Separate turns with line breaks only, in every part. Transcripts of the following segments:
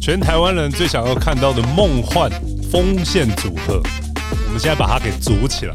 全台湾人最想要看到的梦幻锋线组合，我们现在把它给组起来。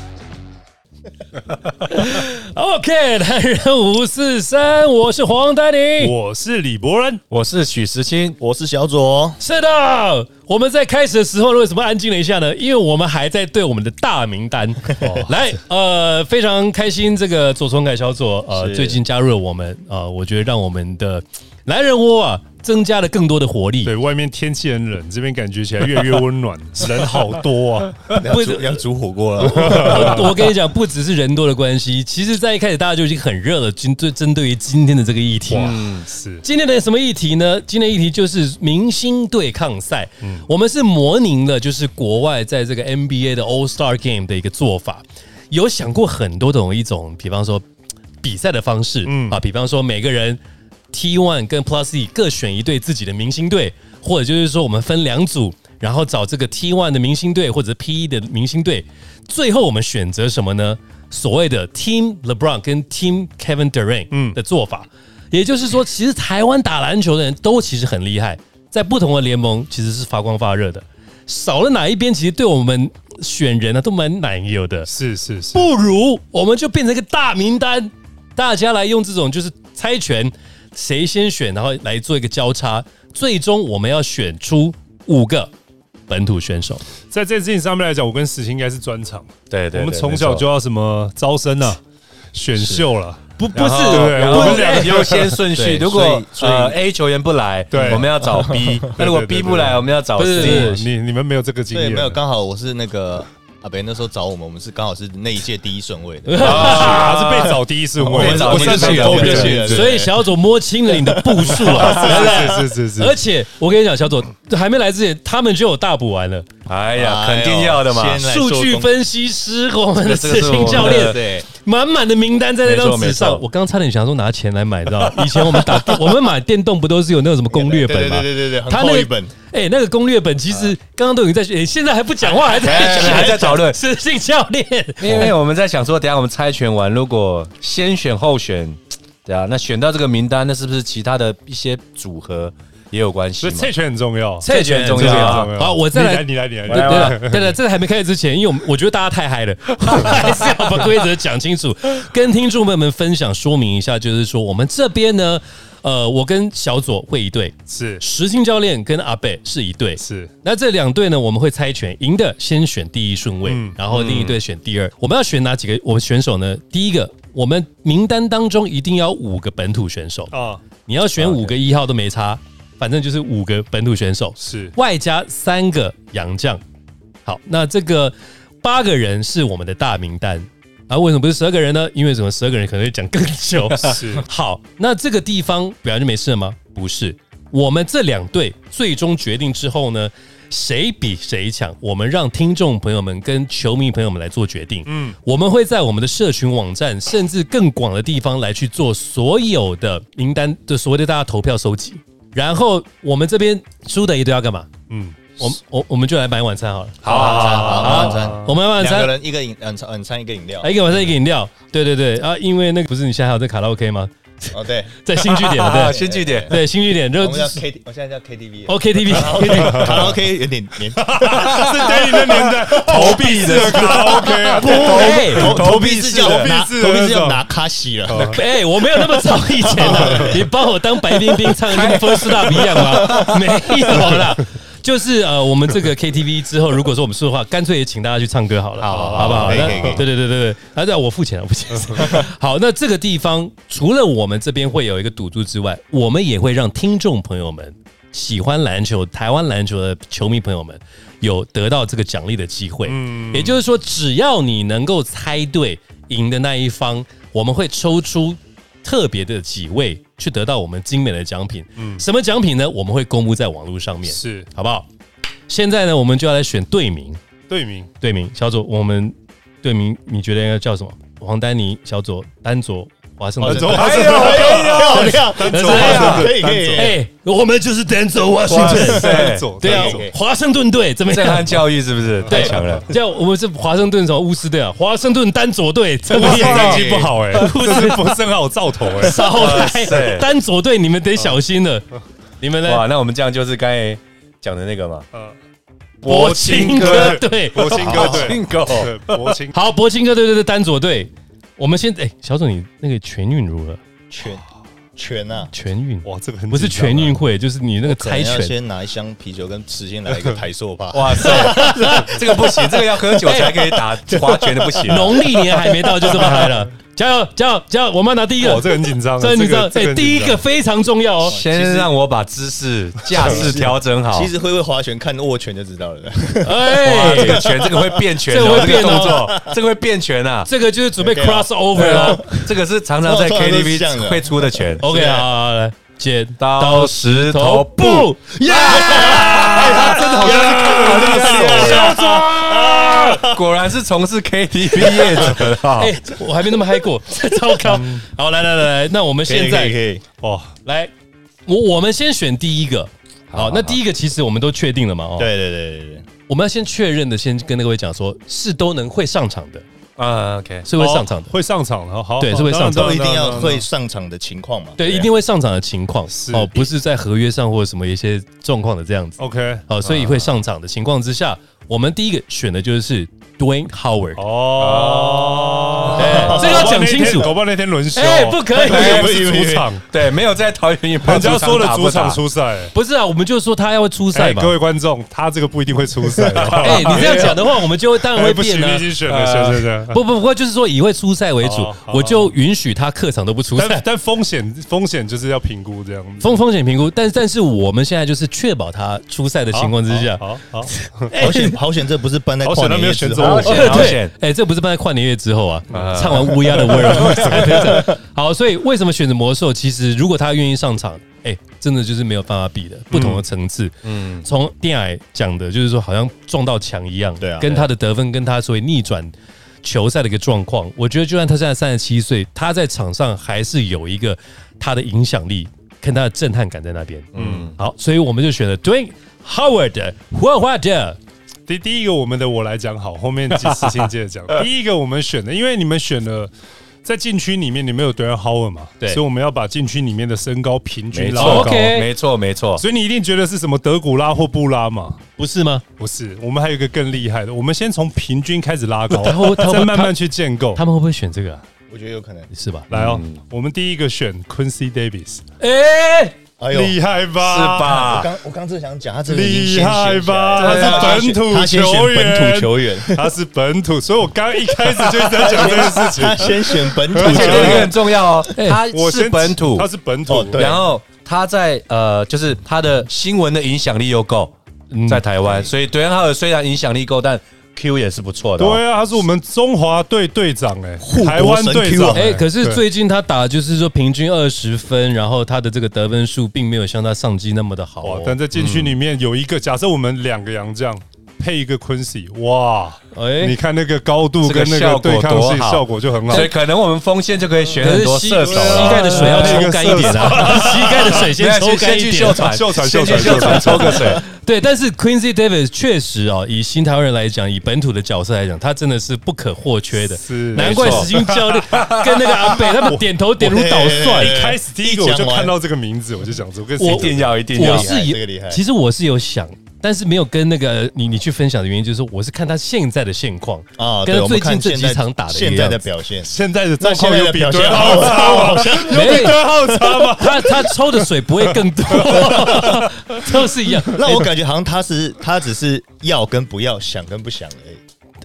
OK，男人五四三，我是黄丹妮，
我是李博仁，
我是许时清，
我是小左，
是的，我们在开始的时候为什么安静了一下呢？因为我们还在对我们的大 名单、来，呃，非常开心，这个左重改小左，呃，
是
最近加入了我们，呃，我觉得让我们的男人窝啊增加了更多的活力
对。外面天气很冷，这边感觉起来越来越温 暖，人好多啊！
要煮要煮火锅了，
呃我我跟你讲，不只是人多的关系，其实在一开始大家就已经很热了，针对针对于今天的这个议题。
哇，嗯是
今天的什么议题呢？今天的议题就是明星对抗赛。我们是模拟了就是国外在这个 NBA 的 All Star Game 的一个做法，有想过很多种一种，比方说比赛的方式，嗯啊，比方说每个人 T One 跟 Plus E 各选一队自己的明星队，或者就是说我们分两组，然后找这个 T One 的明星队或者 P E 的明星队，最后我们选择什么呢？所谓的 Team LeBron 跟 Team Kevin Durant 嗯的做法，也就是说，其实台湾打篮球的人都其实很厉害，在不同的联盟其实是发光发热的，少了哪一边，其实对我们选人呢、都蛮难有的。
是是是，
不如我们就变成一个大名单，大家来用这种就是猜拳，谁先选，然后来做一个交叉，最终我们要选出五个本土选手。
在这件事情上面来讲，我跟石青应该是专场。
对对
我们从小就要什么招生啊、选秀了，
不不是
对不对
然
我
后
们两个
优先顺序，
对
如果
所以所以
呃 A 球员不来，
对
我们要找 B；那如果 B 不来，我们要找
不是
对
C。
你你们没有这个经
对，
验，
没有，刚好我是那个阿北那时候找我们，我们是刚好是那一届第一顺位 的，
啊，他是被找第一顺位，
被找
哦我啊
第一
擅长
顺位
勾别
对
人
对，对
所以小左摸清了你的步数了，
是是是是
而
是，
且我跟你讲，小左还没来之前，他们就有大补完了。
哎呀，
哎呦
肯定要的嘛。
先来做
数
功
据分析师和我们的
这个
执
这个是
行
我们
教
的
练，
对，
满满的名单在那张
没错
纸
没
上
错，
我刚差点想说拿钱来买，知道？以前我们打我们买电动不都是有那种什么攻略本吗？
对对对对对很
他那
厚
个
一本。
哎，那个攻略本其实刚刚都已经在学，哎现在还不讲话，还在
哎，还
学
在讨论，
实性教练。哦
因为我们在想说，等一下我们猜拳完，如果先选后选，对啊，那选到这个名单，那是不是其他的一些组合也有关系
所以
嘛？
猜拳很重要，
蔡拳
重
这个
要
很
啊
重要。
好，我再来
你来，你来，你
对
来。
对了，对了，这个还没开始之前，因为我们我觉得大家太嗨了， 还是要把规则讲清楚，跟听众朋友们分享说明一下，就是说我们这边呢，呃，我跟小左会一队，
是
石青教练跟阿贝是一队，
是
那这两队呢，我们会猜拳，赢的先选第一顺位，
嗯
然后另一队选第二。我们要选哪几个我们选手呢？第一个，我们名单当中一定要五个本土选手，
啊，
你要选五个一号都没差，反正就是五个本土选手，
是
外加三个洋将。好，那这个八个人是我们的大名单啊。为什么不是十二个人呢？因为什么？十二个人可能会讲更久。
是
好，那这个地方表扬就没事了吗？不是，我们这两队最终决定之后呢，谁比谁强，我们让听众朋友们跟球迷朋友们来做决定。嗯，我们会在我们的社群网站，甚至更广的地方来去做所有的名单的所谓的大家投票收集。然后我们这边输的一队要干嘛？
嗯，
我们我我们就来买晚餐好了。
好晚餐，好
好
晚啊餐，
我们啊买晚
两个
餐，
人一个饮晚餐，晚餐一个饮料
啊，一个晚餐一个饮料。对对对啊，因为那个不是你现在还有在卡拉 OK 吗？
哦，对，
在新据点对不
啊，
对？
先据点，
对，新据点就
我们叫 K，T，我现在叫 KTV，
O K T V，
卡拉 OK 有点 年
是在你的年代投币的卡拉 OK 啊，
对，
头
投
头
币
币
式
是叫
的
拿
投币式的
头币是
那种
要拿卡西了，
哎，我没有那么早以前 了，你帮我当白冰冰唱跟 First Love 一样 吗？没有啦。就是呃，我们这个 KTV 之后，如果说我们输的话，干脆也请大家去唱歌好了，
好好
好不好？
可以
那
可以可以
对对对对对，啊，对，我付钱了，我付 钱。好，那这个地方除了我们这边会有一个赌注之外，我们也会让听众朋友们喜欢篮球、台湾篮球的球迷朋友们有得到这个奖励的机会。嗯，也就是说，只要你能够猜对赢的那一方，我们会抽出特别的几位去得到我们精美的奖品。嗯，什么奖品呢？我们会公布在网络上面，
是
好不好？现在呢，我们就要来选队名，
队名
队名小左，我们队名你觉得应该叫什么？黄丹妮、小左、丹左、华盛顿。
左
哎 呦哎呦，好亮，
左
可以可以，
哎，我们就是丹佐华盛顿，
单左
对啊
单左
可以，
华盛顿队怎么
震撼
样？
教育是不是太 强了？
叫我们是华盛顿什么巫师队啊？华盛顿丹佐队，这
哇
么厉害
战绩不好哎，这是不是很好兆头哎，
少
哇
来
塞
丹佐队，你们得小心了。你们
哇，
呢？
那我们这样就是刚才讲的那个嘛，
嗯
博青哥队，
博青哦哥对
进狗
对博青
好，博青哥队对对丹佐队。我们现在，哎，小左，你那个全运如何？
全全啊，
全运
哇，这个很
不是
紧张啊
全运会，就是你那个猜
可能要
拳。
先拿一箱啤酒跟时间来一个台塑吧。
哇塞， 这个不行，这个要喝酒才可以打划拳的不行。啊
农历年还没到就这么嗨了，加油加油加油！我们要拿第一个
哇，，这个很紧张啊，
这你知
这
道，
个
对，
很
哎第一
紧张
个非常重要哦。
先让我把姿势架势调整好。
其实会不会划拳，看握拳就知道了。
哇，
哎，
这个拳，这个会变拳
这个
哦，
会
这
变
个
哦
动作，这个会变拳啊。
这个就是准备
对啊
cross over 了。
这个是常常在
通常都是这样
KTV
的
会出的拳。
OK
是
啊，
啊
好好来剪刀
刀
石
石头
头哎
布
布，，耶！
真的好像是看好像是
小左，
果然是从事 KTV 业者啊！
哎，我还没那么嗨过， 糟糕。好，来来来来，那我们现 在
以，
哇，
来，我我们先选第一个。好，那第一个其实我们都确定了嘛？哦，，
对对对对对，
我们要先确认的，先跟各位讲说，是都能会上场的，
嗯，OK，
是会上场的
哦，会上场的，好，
对
好
是会上场的
当
都
然
一定要
当
会
然当然
上场的情况嘛。
对，
啊
一定会上场的情况
是
哦，不是在合约上或者什么一些状况的这样子。
OK，
哦，所以会上场的情况之下，我们第一个选的就是 Dwayne Howard。
哦
哎，这个要讲清楚
搞不好那天轮休，
哎不可以
那个不是主场，
对，没有在桃园一
人家说了主场出赛。
不是啊，我们就说他要会出赛
哎，
嘛
各。位观众，他这个不一定会出赛。
哎，
哎
你这样讲的话，我们就当然会
不行，
变
你已
啊。
经选了，选选选。
不不不过就是说以会出赛为主
哦，好
我就允许他客场都不出
但
赛，
但风险风险就是要评估这样子。
风风险评估。但但是我们现在就是确保他出赛的情况之下，
好好，好
好险好险，这不是搬在
好
跨
险他
年
没有
夜
选
之
择
后
我
好。险
对
好险
哎，这不是办在跨年夜之后啊，唱完乌鸦的 World 才能唱 好，所以为什么选择魔兽？其实如果他愿意上场，哎，真的就是没有办法比的，不同的层次。嗯，从电矮讲的，就是说好像撞到墙一样，
对啊
跟他的得分，跟他所谓逆转。球赛的一个状况，我觉得就算他现在三十七岁，他在场上还是有一个他的影响力跟他的震撼感在那边。嗯，好，所以我们就选了 Dwayne Howard 霍华德。
第第一个我们的我来讲好，后面几事情接着 讲。第一个我们选的，因为你们选了。在禁区里面，你们有 d a r r Howard 嘛？
对
所以我们要把禁区里面的身高平
没
均拉
错
高。
OK
没错，没 错。
所以你一定觉得是什么德古拉或布拉嘛？
不是吗？
哦
不是，我们还有一个更厉害的，我们先从平均开始拉高
他会他，会
再慢慢去建构。
他们会不会选这个、啊？
我觉得有可能。
是吧？
来哦，
嗯
我们第一个选 Quincy Davis，
哎、
哎呦，
厉害吧？
是吧
我刚我刚正想讲，他这个已经
厉
先
害
选下
吧？
来了
他是本土
他先选
球员，
本土球员，
他是本土，所以我刚一开始就一直在讲这件事情。
他先选本土
而且
球
这个
员
很。重要哦，
哎
他
我
是
先
本土
他，是本土
哦，对
然后他在呃，就是他的新闻的影响力又够，在台湾，所以对他尔虽然影响力够，但 Q 也是不错的哦。
对啊，他是我们中华队队长哎，
国
台湾队长
神 Q 啊
哎、可是
对
最近他打就是说平均二十分，然后他的这个得分数并没有像他上季那么的好、
哇
哦。！
但在禁区里面有一个，假设我们两个洋将配一个 Quincy，哇，
哎
你看那个高度
这个
跟那个对抗
效果
性
多好
效果就很好
所。以可能我们锋线就可以选
可
很
是
多
膝
射手啊
啊
膝
了。
盖的水要抽干一点啊，膝盖的水先抽干
先
一
去
点
秀。场，
秀场
先去
秀
秀
场
场抽个水。
对，但是 Quincy Davis 确实哦，以新台湾人来讲，以本土的角色来讲，他真的是不可或缺的。
是
难怪
没错
石金教练跟那个阿北他们点头点如捣蒜。
一开始第一个我
一
就
讲完
看到这个名字，我就想说，跟
我
谁
一定要，一定
我
要。
是
这个厉
有，
害
其实我是有想，但是没有跟那个你你去分享的原因，就是说我是看他现在的现况
啊，
跟
对，
他
我
最近
们看
这
现
几
在
场打的
现
一
在
样
的
子
表现，
现在的状
那现
况
在
有
的
比
表现
对
好
好
差，
差
好
吗？
像
有
没
比对好差吗？
他他抽的水不会更多，都是一样。
让我感觉好像他是他只是要跟不要，想跟不想而已。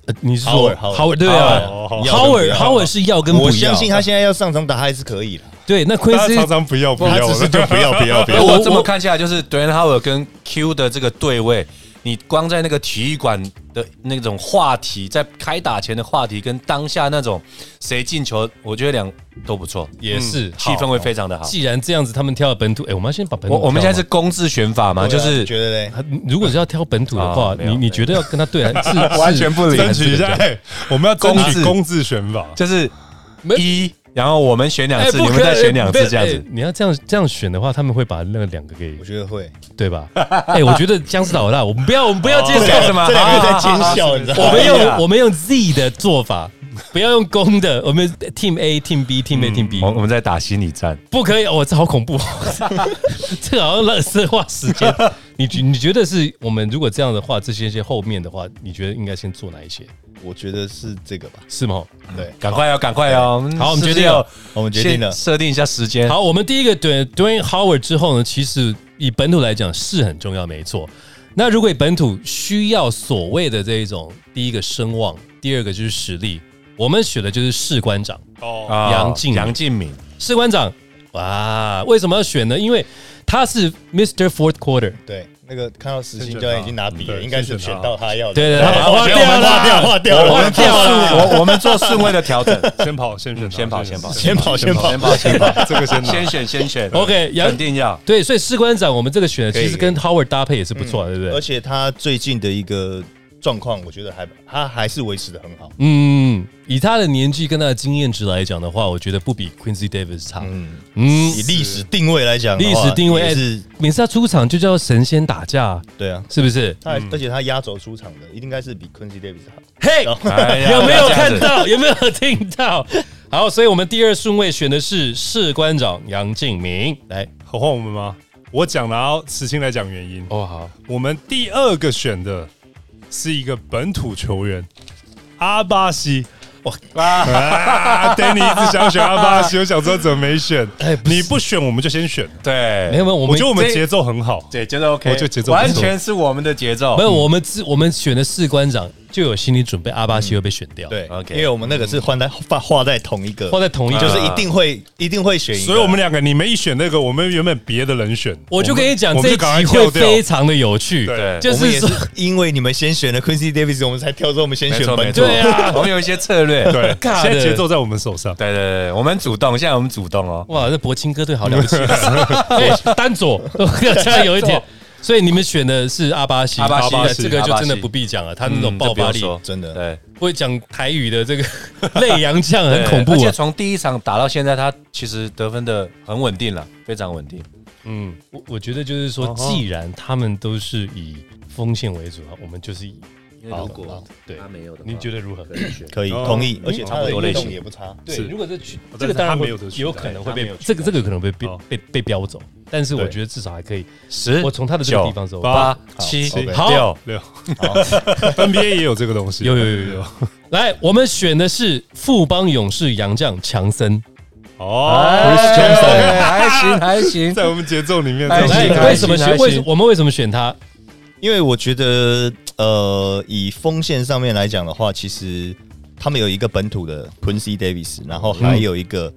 呃你是说
Howard，Howard
好对啊
Howard，
，Howard Howard 是要跟不要，
我相信他现在要上场打还是可以的，
对那
他常
Quincy
常不要不
他
要
只是
的，
就不要不要不
那
要。
我
我这么看下来，就是 d w a n Howard 跟 Q 的这个对位，你光在那个体育馆的那种话题，在开打前的话题跟当下那种谁进球，我觉得两都不错，嗯
也是哦
气氛会非常的好。
既然这样子，他们挑了本土，哎、我们要先把本土
我我们现在
挑
是
吗。
公制选法嘛，就
对啊
是
觉得嘞，
如果是要挑本土的话，
啊没有
你你觉得要跟他对还是是
完全不理
争取一下，哎我们要争
公
取
字
公字选法。
就是
没
一，然后我们选两
哎
次，
不
你们
可
再
以
选两
不
次
是
这样子
哎。你要这样这样选的话，他们会把那个两个给
我觉得会，
对吧？哎、我觉得姜思老大，我们不要我们不要接受
这样子吗
这两个在
好好好
奸笑，你知道
我
吗？
们
哎呀
用我们用 Z 的做 法，不要用公的。我们 Team A、Team B、Team A、Team B，
我我们在打心理战，
不可以。哦，这好恐怖， 这好像垃圾化时间。 你觉你觉得是我们如果这样的话，这些些后面的话，你觉得应该先做哪一些？
我觉得是这个吧。
是吗？
对，
赶快哦，赶快哦。嗯
好我们
是不是
决定了
要
我们决定了
先设定一下时间。
好，我们第一个对 Dwayne Howard 之后呢，其实以本土来讲是很重要，没错。那如果以本土需要所谓的这一种，第一个声望，第二个就是实力，我们选的就是士官长。
哦，
啊
杨敬敏
杨敬敏，
士官长，哇，啊为什么要选呢？因为他是 Mr. Fourth Quarter，
对，那个看到石
先
鑫
选
教练已
他
经拿笔了，
对
应该是
先选
选
他
到他要的。
对对，他把它
我
划
觉
掉
得我 们划
了
掉，，划掉，
我们
掉。
掉了。
我我们做顺位的调 整，
嗯
先跑先选，
先跑先跑
先跑先跑
先跑先跑，
这个先拿
先选先选。
OK，杨
肯定要。
对，所以士官长我们这个选的
可以
其实跟 Howard 搭配也是不错的，对不
而
对？
且他最近的一个状况，我觉得还他还是维持的很好。
嗯，以他的年纪跟他的经验值来讲的话，我觉得不比 Quincy Davis 差。
嗯，
嗯，
以历史定位来讲的
历
话，
史定位
也
哎
是
每次他出场就叫神仙打架，
对啊。
是不是？
他还而且他压轴出场的，应该是比 Quincy Davis 好。
嘿、
哎呀
哦有没有看？到？有没有听到？好，所以我们第二顺位选的是士官长杨敬明。来，
好换我们吗？我讲，然后石青来讲原因。
哦好，
我们第二个选的是一个本土球员。阿巴西，
啊
啊，Danny 一直想选阿巴西，我想说怎么没选？
哎不是
你不选我们就先选。
对，
没有没有，我
我
们
觉得我们
这
节奏很好，
对，节奏 OK，
我觉得节奏不错
完全是我们的节奏
没。有，我们自我们选的士官长就有心理准备，阿巴西会被选掉，，
对
OK
因为我们那个是换在画画在同一个，
放在同一
就
就是是。
一定会一定会选一个。
所以我们两个，你们一选那个，我们原本别的人选，
我就跟你讲，
我
这
们
一
就赶快
集
跳
会
掉。
非常的有趣，
对
就
我们
是
也
说
是，因为你们先选了 Quincy Davis，我们才挑出我们先
没
选
错没
本
错，
土。
对啊
我们有一些策略。对
对，
尬的哦
现在节奏在我们手 上。
对对对，我们主动，现在我们主动哦。
哇，这博清哥队好了不起，啊哎单 左，这样有一点。所以你们选的是阿巴西，
阿巴西
那
是
这个就真
阿巴
的
西
不必讲了，他那种
嗯这
爆
不用
发力，
说
真的
对，
会讲台语的这个 泪洋将很
对
恐
而
怖
且
啊！
从第一场打到现在，他其实得分的很稳定了，非常稳定。
嗯，我我觉得就是说，既然他们都是以锋线为主啊，我们就是以
因
为如果
对他没有的，
您觉
得
得如何？
可以
哦
同意，而且他的
差不多类
运
型
动也不差。
对，
是
如果这取
哦
这
但
个
是
当然
他
会
没有得取
有可能会
他没
被
有取
这个这个可能会被
哦
被被飙走，但是我觉得至少还可以。
十？
我从他的这个地方走，
八
八七
好
好
六
六
好，
NBA 也有这个东西，
有有有有。 来，我们选的是富邦勇士洋将强森。
哦，
Chris Johnson
哎 还行还 行。
在我们节奏里面，
哎
在我们
是
节奏
来，
开
为
心
什么选？
开心
为什我们为什么选他？
因为我觉得，呃，以锋线上面来讲的话，其实他们有一个本土的 Quincy Davis，然后还有一个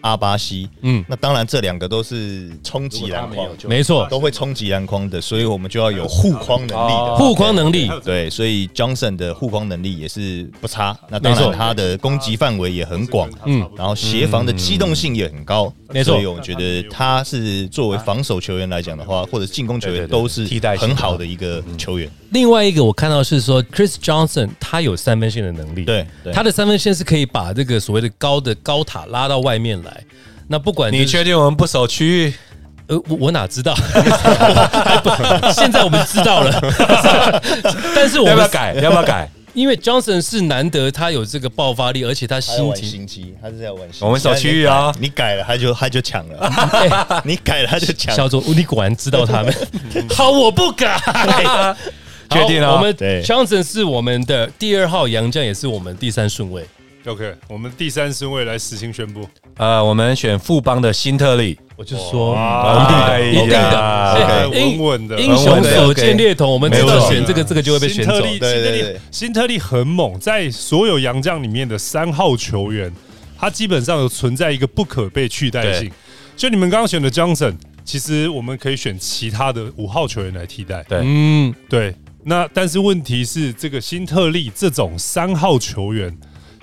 阿巴西。
嗯，
那当然，这两个都是冲击篮筐，
没错，
都会冲击篮筐的，所以我们就要有护框能力的。
哦
护框能力，
对，所以 Johnson 的护框能力也是不差。那当
没
然，
错
他的攻击范围也很广，
嗯
然后协防的机动性也很高。
没错
所以我觉得他是作为防守球员来讲的话，或者进攻球
对对
员
对
都是
替代型
很好的一个球员。
另外一个我看到是说，Chris Johnson 他有三分线的能力，
对对
他的三分线是可以把这个所谓的高的高塔拉到外面来。那不管、
你
确
确定我们不守区域？
呃，我我哪知道？ 我还不现在我们知道了， 但是我们
要不要改？要不要改？
因为 Johnson 是难得他有这个爆发力，而且他
他在
心
玩
情
心机，他是在玩心机。
我们守区域啊
你改了他就他就 抢了，
哎
你改了他就抢
小。左，你果然知道 他们。好，我不改。 好
确定
啊
哦了
我们
对
Johnson 是我们的第二号洋将，也是我们第三顺位。
OK，我们第三顺位来实行宣布，
呃，我们选富邦的新特利，
我就说，
哇
一定的，
哎
哎
呀
英
稳稳的
英雄所见略同。我们知道选这个，这个就会被
新
选
特
走。
利，新
对
特
对
利
对，
新特利很猛，在所有洋将里面的三号球员，他基本上有存在一个不可被取代性。就你们刚刚选的 Johnson，其实我们可以选其他的五号球员来替代。
对
嗯，
对，那但是问题是，这个新特利这种三号球员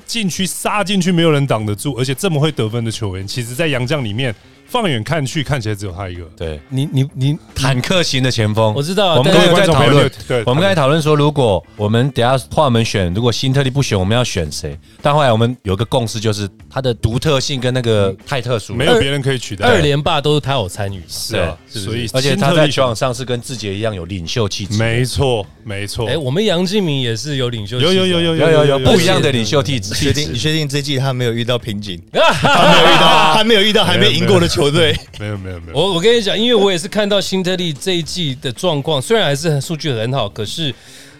禁区杀进去没有人挡得住，而且这么会得分的球员，其实在洋将里面放眼看去，看起来只有他一个。
对，
你你你，
坦克型的前锋，
我知道
我们
但
刚
是
才在讨
观众朋友
论
对对，
我们刚才讨论说，如果我们等一下跨门选，如果新特利不选，我们要选谁？但后来我们有个共识，就是它的独特性跟那个太特殊了，
没有别人可以取代。
二连霸都是他有参与。
是啊，
对
所以
而且他
新特
在
利
球场上是跟志杰一样有领袖气质，
没错，没错
哎、，我们杨敬明也是有领袖气
有
质啊，
有有有
有有有
而
不
且
一样的领袖气质，
确
气
定你
质
确定这季他没有遇到瓶颈，他没有遇到， 他没有遇到还没赢过的球队。
没有没有没有，。
我我跟你讲，因为我也是看到新特利这一季的状况，虽然还是很数据很好，可是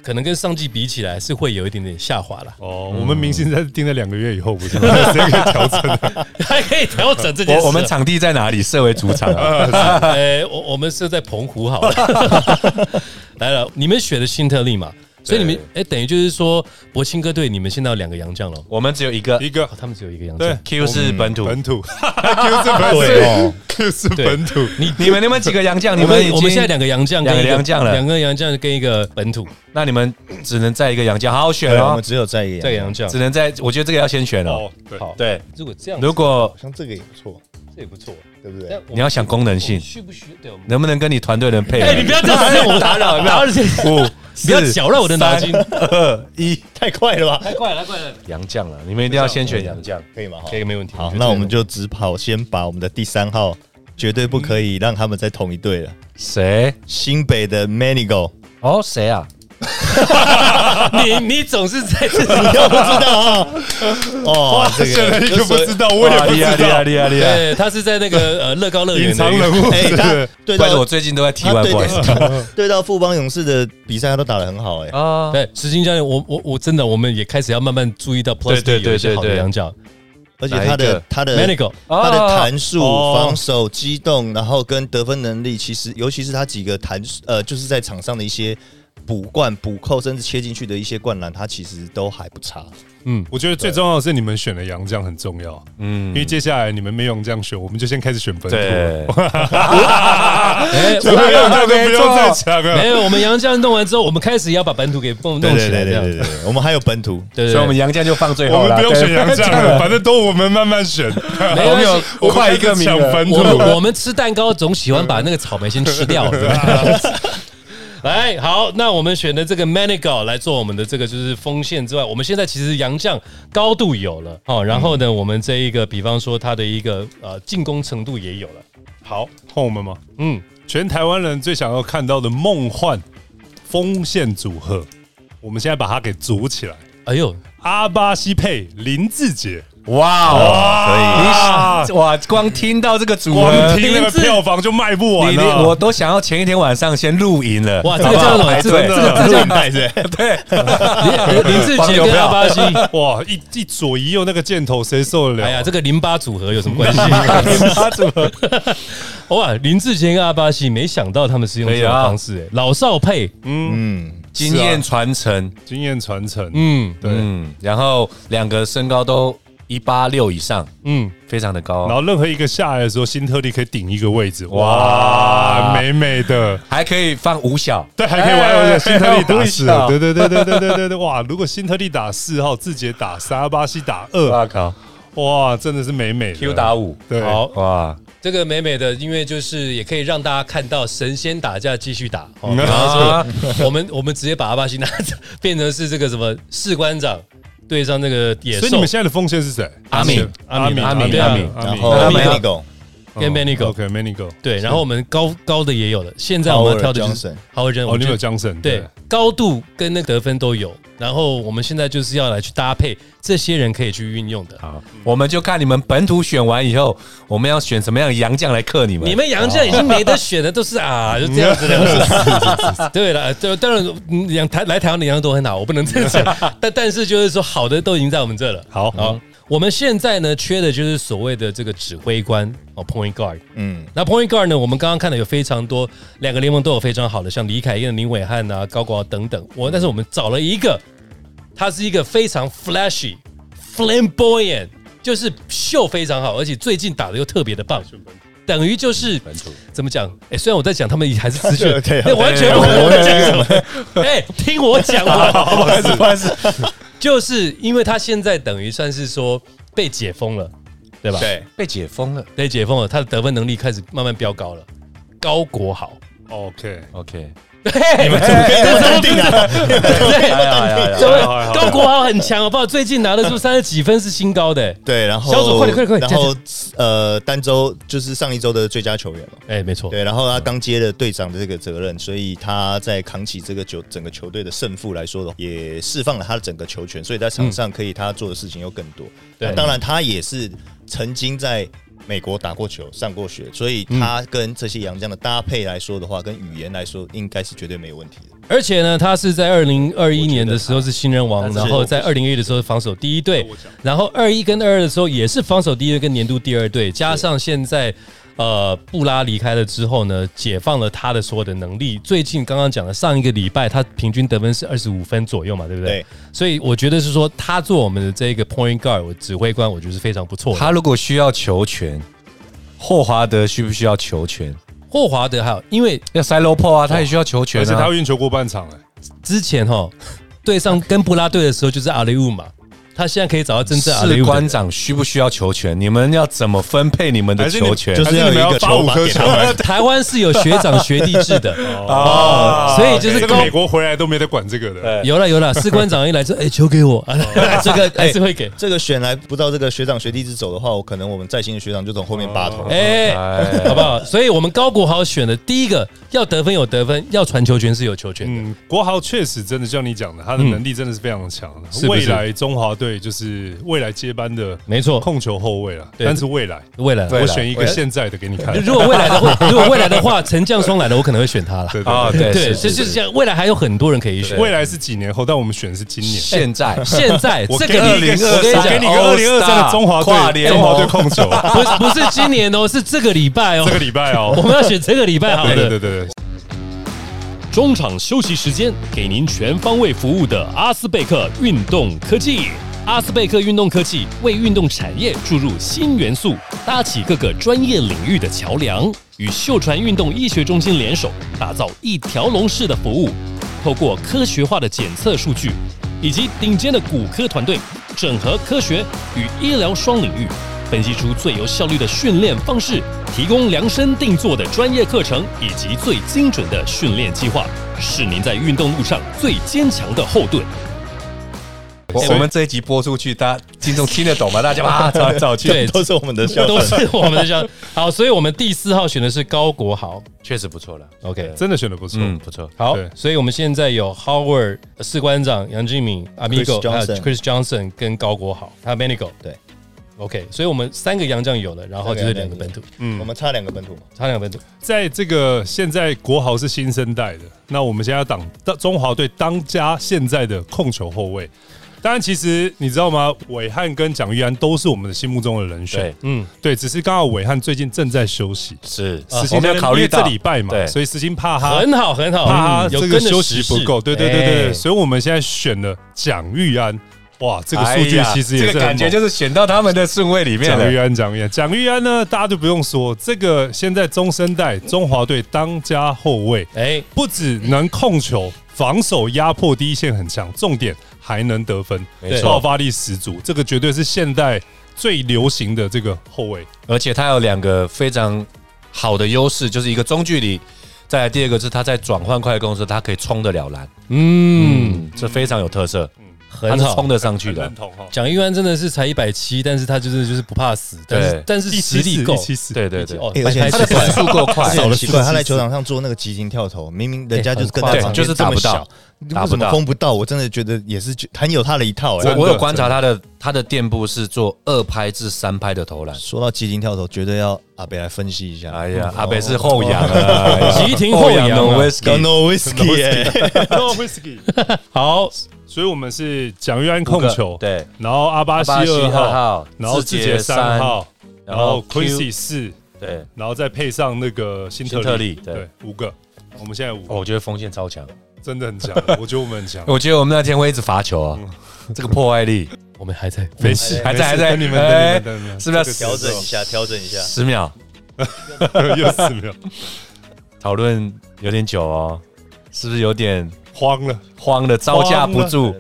可能跟上季比起来是会有一点点下滑啦
哦，我们明星赛定在两个月以后，不是吗？这个调整的，
还可以调整这件事啊。
我我 们场地在哪里？设为主场啊，
哎，我我们设在澎湖好了。 来了，你们选的新特利嘛，所以你们哎，等于就是说博清哥队你们现在有两个洋将了，
我们只有一个
一个
哦他们只有一个洋
对
将。
Q 是本土，
本土，Q 是本
对
土
哦
，Q 是本土，
你你们你们几个洋将？你
我
们已
们
经
我们现在两个洋将跟一，
两个洋将了
两个洋将跟一个本土，
那你们只能在一个洋将，好好选
对，我
哦
们，只有在意
这个洋将
只。能在，我觉得这个要先选哦
哦。，对，
好，
对，
如果这样子，
如果
像这个也不错，
这也不错，
对不对
但我们
你要想功能性
我们需不需对？我们
能不能跟你团队人配 合？
哎，你不要这样子让我打扰，不要
五，
不要搅乱我的脑筋，
二一，
太快了吧？
太 快了，太快了，
洋将了，你们一定要先选洋将。
可以吗？
这个没问题。
好，那我们就只跑，先把我们的第三号绝对不可以让他们在同一队了。
谁？
新北的 Manigo，
哦，谁啊？
你你总是在这里。
你又不知道啊？哦，这
选了
个
一个不知道，我也
哇
不
厉害
知
厉
道，
害厉害厉害！
对，他是在那个呃乐高乐
隐
园的
藏
一个
人物，
哎，他
是
对
怪我
到
最近都在踢
他
外
对
怪
到对到富邦勇士的比赛，他都打得很好，哎，
啊。
对，石金教练，我我我真的，我们也开始要慢慢注意到 Plus
对对
里有一些
对
好的
对
羊角
而且他
哪一
的
个
他的
Manigo，
他的
啊
弹速、
哦
防守、机动，然后跟得分能力，其实尤其是他几个弹呃，就是在场上的一些补灌、补扣，甚至切进去的一些灌篮，他其实都还不差。
我觉得最重要的是你们选的洋将很重要，因
嗯
为接下来你们没用这样选，我们就先开始选本土，
对，
哎，
所有洋将都不
没
用
错
再抢了
没。有，我们羊教练弄完之后，我们开始要把本土给弄弄起来，这样
对对，我们还有本土，
对对
所以我们
对，
洋将就放最
我
后
们
了。
不用
对
选洋将了，，反正都我们慢慢选。
没关系
我们
快
开始
一个名
抢
额
本
我
土，
们我们吃蛋糕总喜欢把那个草莓先吃掉。 对吧来，好，那我们选的这个 Manigo 来做我们的这个就是锋线之外，我们现在其实洋将高度有了哦，然后呢，我们这一个比方说他的一个呃进攻程度也有了，
好换我们吗？
嗯，
全台湾人最想要看到的梦幻锋线组合，我们现在把它给组起来。
哎呦，
阿巴西佩、林志杰，
哇
哇
哦，可以哇！光听到这个组
光
合，
听那个票房就卖不完啊
你你
了。
我都想要前一天晚上先露营了。
哇，这
好
个
不
叫
好哎
什么？
排
这个
队
这个这个
这个买是
林林志杰跟阿巴 西，
哇，一一左一右那个箭头，谁受得了？
哎呀，这个淋巴组合有什么 关系？
他怎么
哇，林志杰跟阿巴西，没想到他们是用这
可
种
以啊
方式、哎老少配，
嗯，
经验传承？
经验传承，
嗯
对。
嗯，然后两个身高都一八六以上，
嗯，
非常的高啊
然，后任何一个下来的时候，新特利可以顶一个位置，哇，
哇
美美的，
还可以放五小，
对，还可以玩玩新特利打四，
哎
对对对对对对对对，哇！如果新特利打四号，志杰打三，阿巴西打二，
哇靠
哇，真的是美美的
，Q 打五，
对，
好，
哇，
这个美美的，因为就是也可以让大家看到神仙打架继续打，哦
嗯
然后
啊
说我们我们直接把阿巴西拿着变成是这个什么士官长对上那个野
所以你
兽
们现在的锋线是谁？
阿敏
阿敏，
阿
阿
敏
敏，
阿
阿
敏
敏，
然后
那他们
Manigo
跟 Manigo，、
OK，Manigo，
对，然后我们高高的也有了，现在我们要挑的就是
Howard Johnson
豪人，
哦，你
我觉
们
得
有江省，
对，高度跟那个得分都有，然后我们现在就是要来去搭配这些人可以去运用的。
好，我们就看你们本土选完以后，我们要选什么样的洋将来克你们。
你们杨将已经没得选了，都是啊，就这样子的。对了，对，当然嗯两台来台湾的杨都很好，我不能这样讲，但但是就是说好的都已经在我们这了。
好
好，哦我们现在呢缺的就是所谓的这个指挥官哦，point guard。
嗯，
那 point guard 呢？我们刚刚看到有非常多，两个联盟都有非常好的，像李凯燕、林伟汉啊、高国豪等等。我但是我们找了一个，他是一个非常 flashy、flamboyant，就是秀非常好，而且最近打的又特别的棒。等于就是
本土
怎么讲？哎、虽然我在讲他们还是资讯
对 对，
那完全不懂我在讲什么。 哎、听我讲 完，不好意思，不好意思，就是因为他现在等于算是说被解封了，对吧？
对，
被解封了。
被解封了，他的得分能力开始慢慢飙高了，高国豪。
OK，
OK，
你们怎么
肯定啊，
哎呀哎呀哎呀
怎么
好好
高国豪很强好不好？最近拿的是不是三十几分是新高的、欸？
对，然后
小组快点快点快点
然后呃，单周就是上一周的最佳球员嘛，
哎、没错，
对，然后他刚接了队长的这个责任，所以他在扛起这个球整个球队的胜负来说的，也释放了他的整个球权，所以在场上可以他做的事情又更多。
对
那当然他也是曾经在。美国打过球，上过学，所以他跟这些洋将的搭配来说的话，跟语言来说，应该是绝对没有问题的。
而且呢，他是在二零二一年的时候是新人王，然后在二零一的时候是防守第一队，然后二一跟二二的时候也是防守第一队跟年度第二队，加上现在呃布拉离开了之后呢，解放了他的所有的能力。最近刚刚讲的上一个礼拜，他平均得分是二十五分左右嘛，对不对？
对
所以我觉得是说他做我们的这个 point guard，我指挥官，我觉得是非常不错的。
他如果需要球权，霍华德需不需要球权？
霍华德还有，因为
要塞罗破啊，他也需要球权
而且他
啊。
会运球过半场哎、
之前哈对上跟布拉队的时候就是阿雷乌嘛，他现在可以找到真正阿雷乌
士
的人
官长需不需要球权？你们要怎么分配你们的
还是你
球权？
就
还
是
是
要
你
有
们
一
要
个
发
球
五
把
颗
点
球
出来
来
台湾是有学长学弟制的，
哦
所以就是
这个
高
美国回来都没得管这个的。
有了 有了，士官长一来说，哎、球给我，啊、这个
哎
还是会给，
这个选来不到这个学长学弟之手的话，我可能我们在新的学长就从后面拔头。
哎、
哎
好不好？所以我们高国豪选的第一个要得分有得分，要传球权是有球权的，
嗯，国豪确实真的像你讲的，他的能力真的是非常强的。
是不
未
是
来中华队就是未来接班的
没错。
控球后卫了，
对
但是未来
未来，
我
未来
选一个现在的给你看。
如果未来 的话，如果未来的话，陈将双来了，我可能会选他了。
对对
啊，
对，
对，
对，
是
这
是
就是是这样。未来还有很多人可以选。哎
未来是几年后，但我们选的是今年。
现在
现在
我
这
给
个
你一个，
我跟你
我给
讲
你，一个二零二三的中华
哦跨哦
队，
联
中
盟
华队控 球，
不是不是今年哦，是这个礼拜哦
这，个礼拜
我
哦。
们要选这个礼拜好
对
的
对。对对，
中场休息时间，给您全方位服务的阿斯贝克运动科技。阿斯贝克运动科技为运动产业注入新元素，搭起各个专业领域的桥梁，与秀传运动医学中心联手，打造一条龙式的服务。透过科学化的检测数据，以及顶尖的骨科团队，整合科学与医疗双领域，分析出最有效率的训练方式，提供量身定做的专业课程以及最精准的训练计划，是您在运动路上最坚强的后盾。
我我们这一集播出去，大家听众听得懂 吗？大家啊，找找去，
对
都是我们的
这
笑
都
声。
是 我们的像好，所以我们第四号选的是高国豪。
确实不错了。
OK，
真的选的不错。
嗯，不错。
好
对，
所以我们现在有 Howard 呃士官长、杨敬敏、Amigo、
Chris
还有
Johnson
Chris Johnson 跟高国豪，还有 Manigo。
对
，OK，所以我们三个洋将有了，然
哦
后就是两个本土，
嗯，我们差两个本土嘛。
差两个本土。
在这个现在国豪是新生代的，那我们现在要当当中华队当家现在的控球后卫。当然，其实你知道吗？伟汉跟蒋玉安都是我们的心目中的人选
对。，
嗯，
对，只是刚好伟汉最近正在休息，
是
石
呃啊我
金
们
在
要考虑
因为
到
这礼拜嘛，
对
所以石金怕他
很好，
哦
很好，
怕他
嗯
这
有跟
个
着
休息
时事
不够。对对对对
哎
对，所以我们现在选了蒋玉安。哇，这个数
哎
据
呀
其实也
这
是
个
很
感觉
猛
就是选到他们的顺位里面
蒋玉
了。
安，蒋玉安，蒋玉安呢，大家就不用说，这个现在中生代中华队当家后卫，
哎，
不只能控球，防守压迫第一线很强，重点还能得分，
没错
爆发力十足，这个绝对是现代最流行的这个后卫。
而且他有两个非常好的优势，就是一个中距离，再来第二个是他在转换快攻的时候，他可以冲得了篮，
嗯，
嗯，这非常有特色，他
很
是
好
冲。得上去的
认。同哈，
蒋玉安真的是才一百七，但是他就是就是不怕死，但是
对
但是实力够
一。七四，
对对对，
哦
哎而且
白
他
开
的
水
反速够快，
少了奇怪，
四
他在
四
球场上做那个激情跳投，明明人家就是跟他
哎很快
场边
就是打不到
这么小，
打
为
不
什
到
么封不到？我真的觉得也是觉很有他的一套哎、
真
我
的
我有观察他的他的垫步是做二拍至三拍的投篮。
说到激情跳投，绝对要阿北来分析一下。
哎呀，阿北是后仰啊，
急停后仰啊
的威士
g o n
忌，
o Whisky 哎，
No whisky，
好，
所以我们是蒋玉安控球，
对，
然后阿巴西
阿巴西
二
二号
号，然后志杰三号，然
然后
后
Q-
Quincy 四，
对，
然后再配上那个辛
辛特
特
利
利，
对
对，五个。我们现在五
哦
个
我觉得锋线超强，
真的很 强，我觉得我们很强。
我觉得我们那天会一直罚球啊， 这个破坏力
我们还在
没事，
还在还在
等你们
哎
等你们等你们，
是不是要
这个
调
调
整一下，调整一下。
十秒，
又四秒，
讨论有点久哦，是不是有点
慌了。
慌了，招架不住？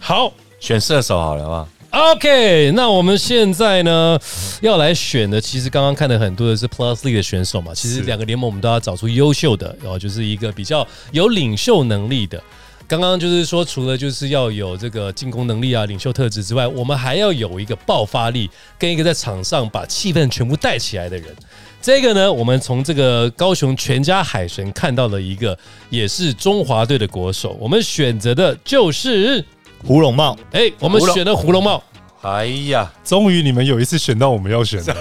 好，
选射手好了好不好？
OK，那我们现在呢要来选的，其实刚刚看的很多的是 Plus League 的选手嘛，其实
是
两个联盟我们都要找出优秀的，然后就是一个比较有领袖能力的。刚刚就是说，除了就是要有这个进攻能力啊、领袖特质之外，我们还要有一个爆发力，跟一个在场上把气氛全部带起来的人。这个呢，我们从这个高雄全家海神看到了一个，也是中华队的国手。我们选择的就是，
胡龙茂，
哎，我们
胡龙
选的胡龙茂。
哎呀，
终于你们有一次选到我们要选 的，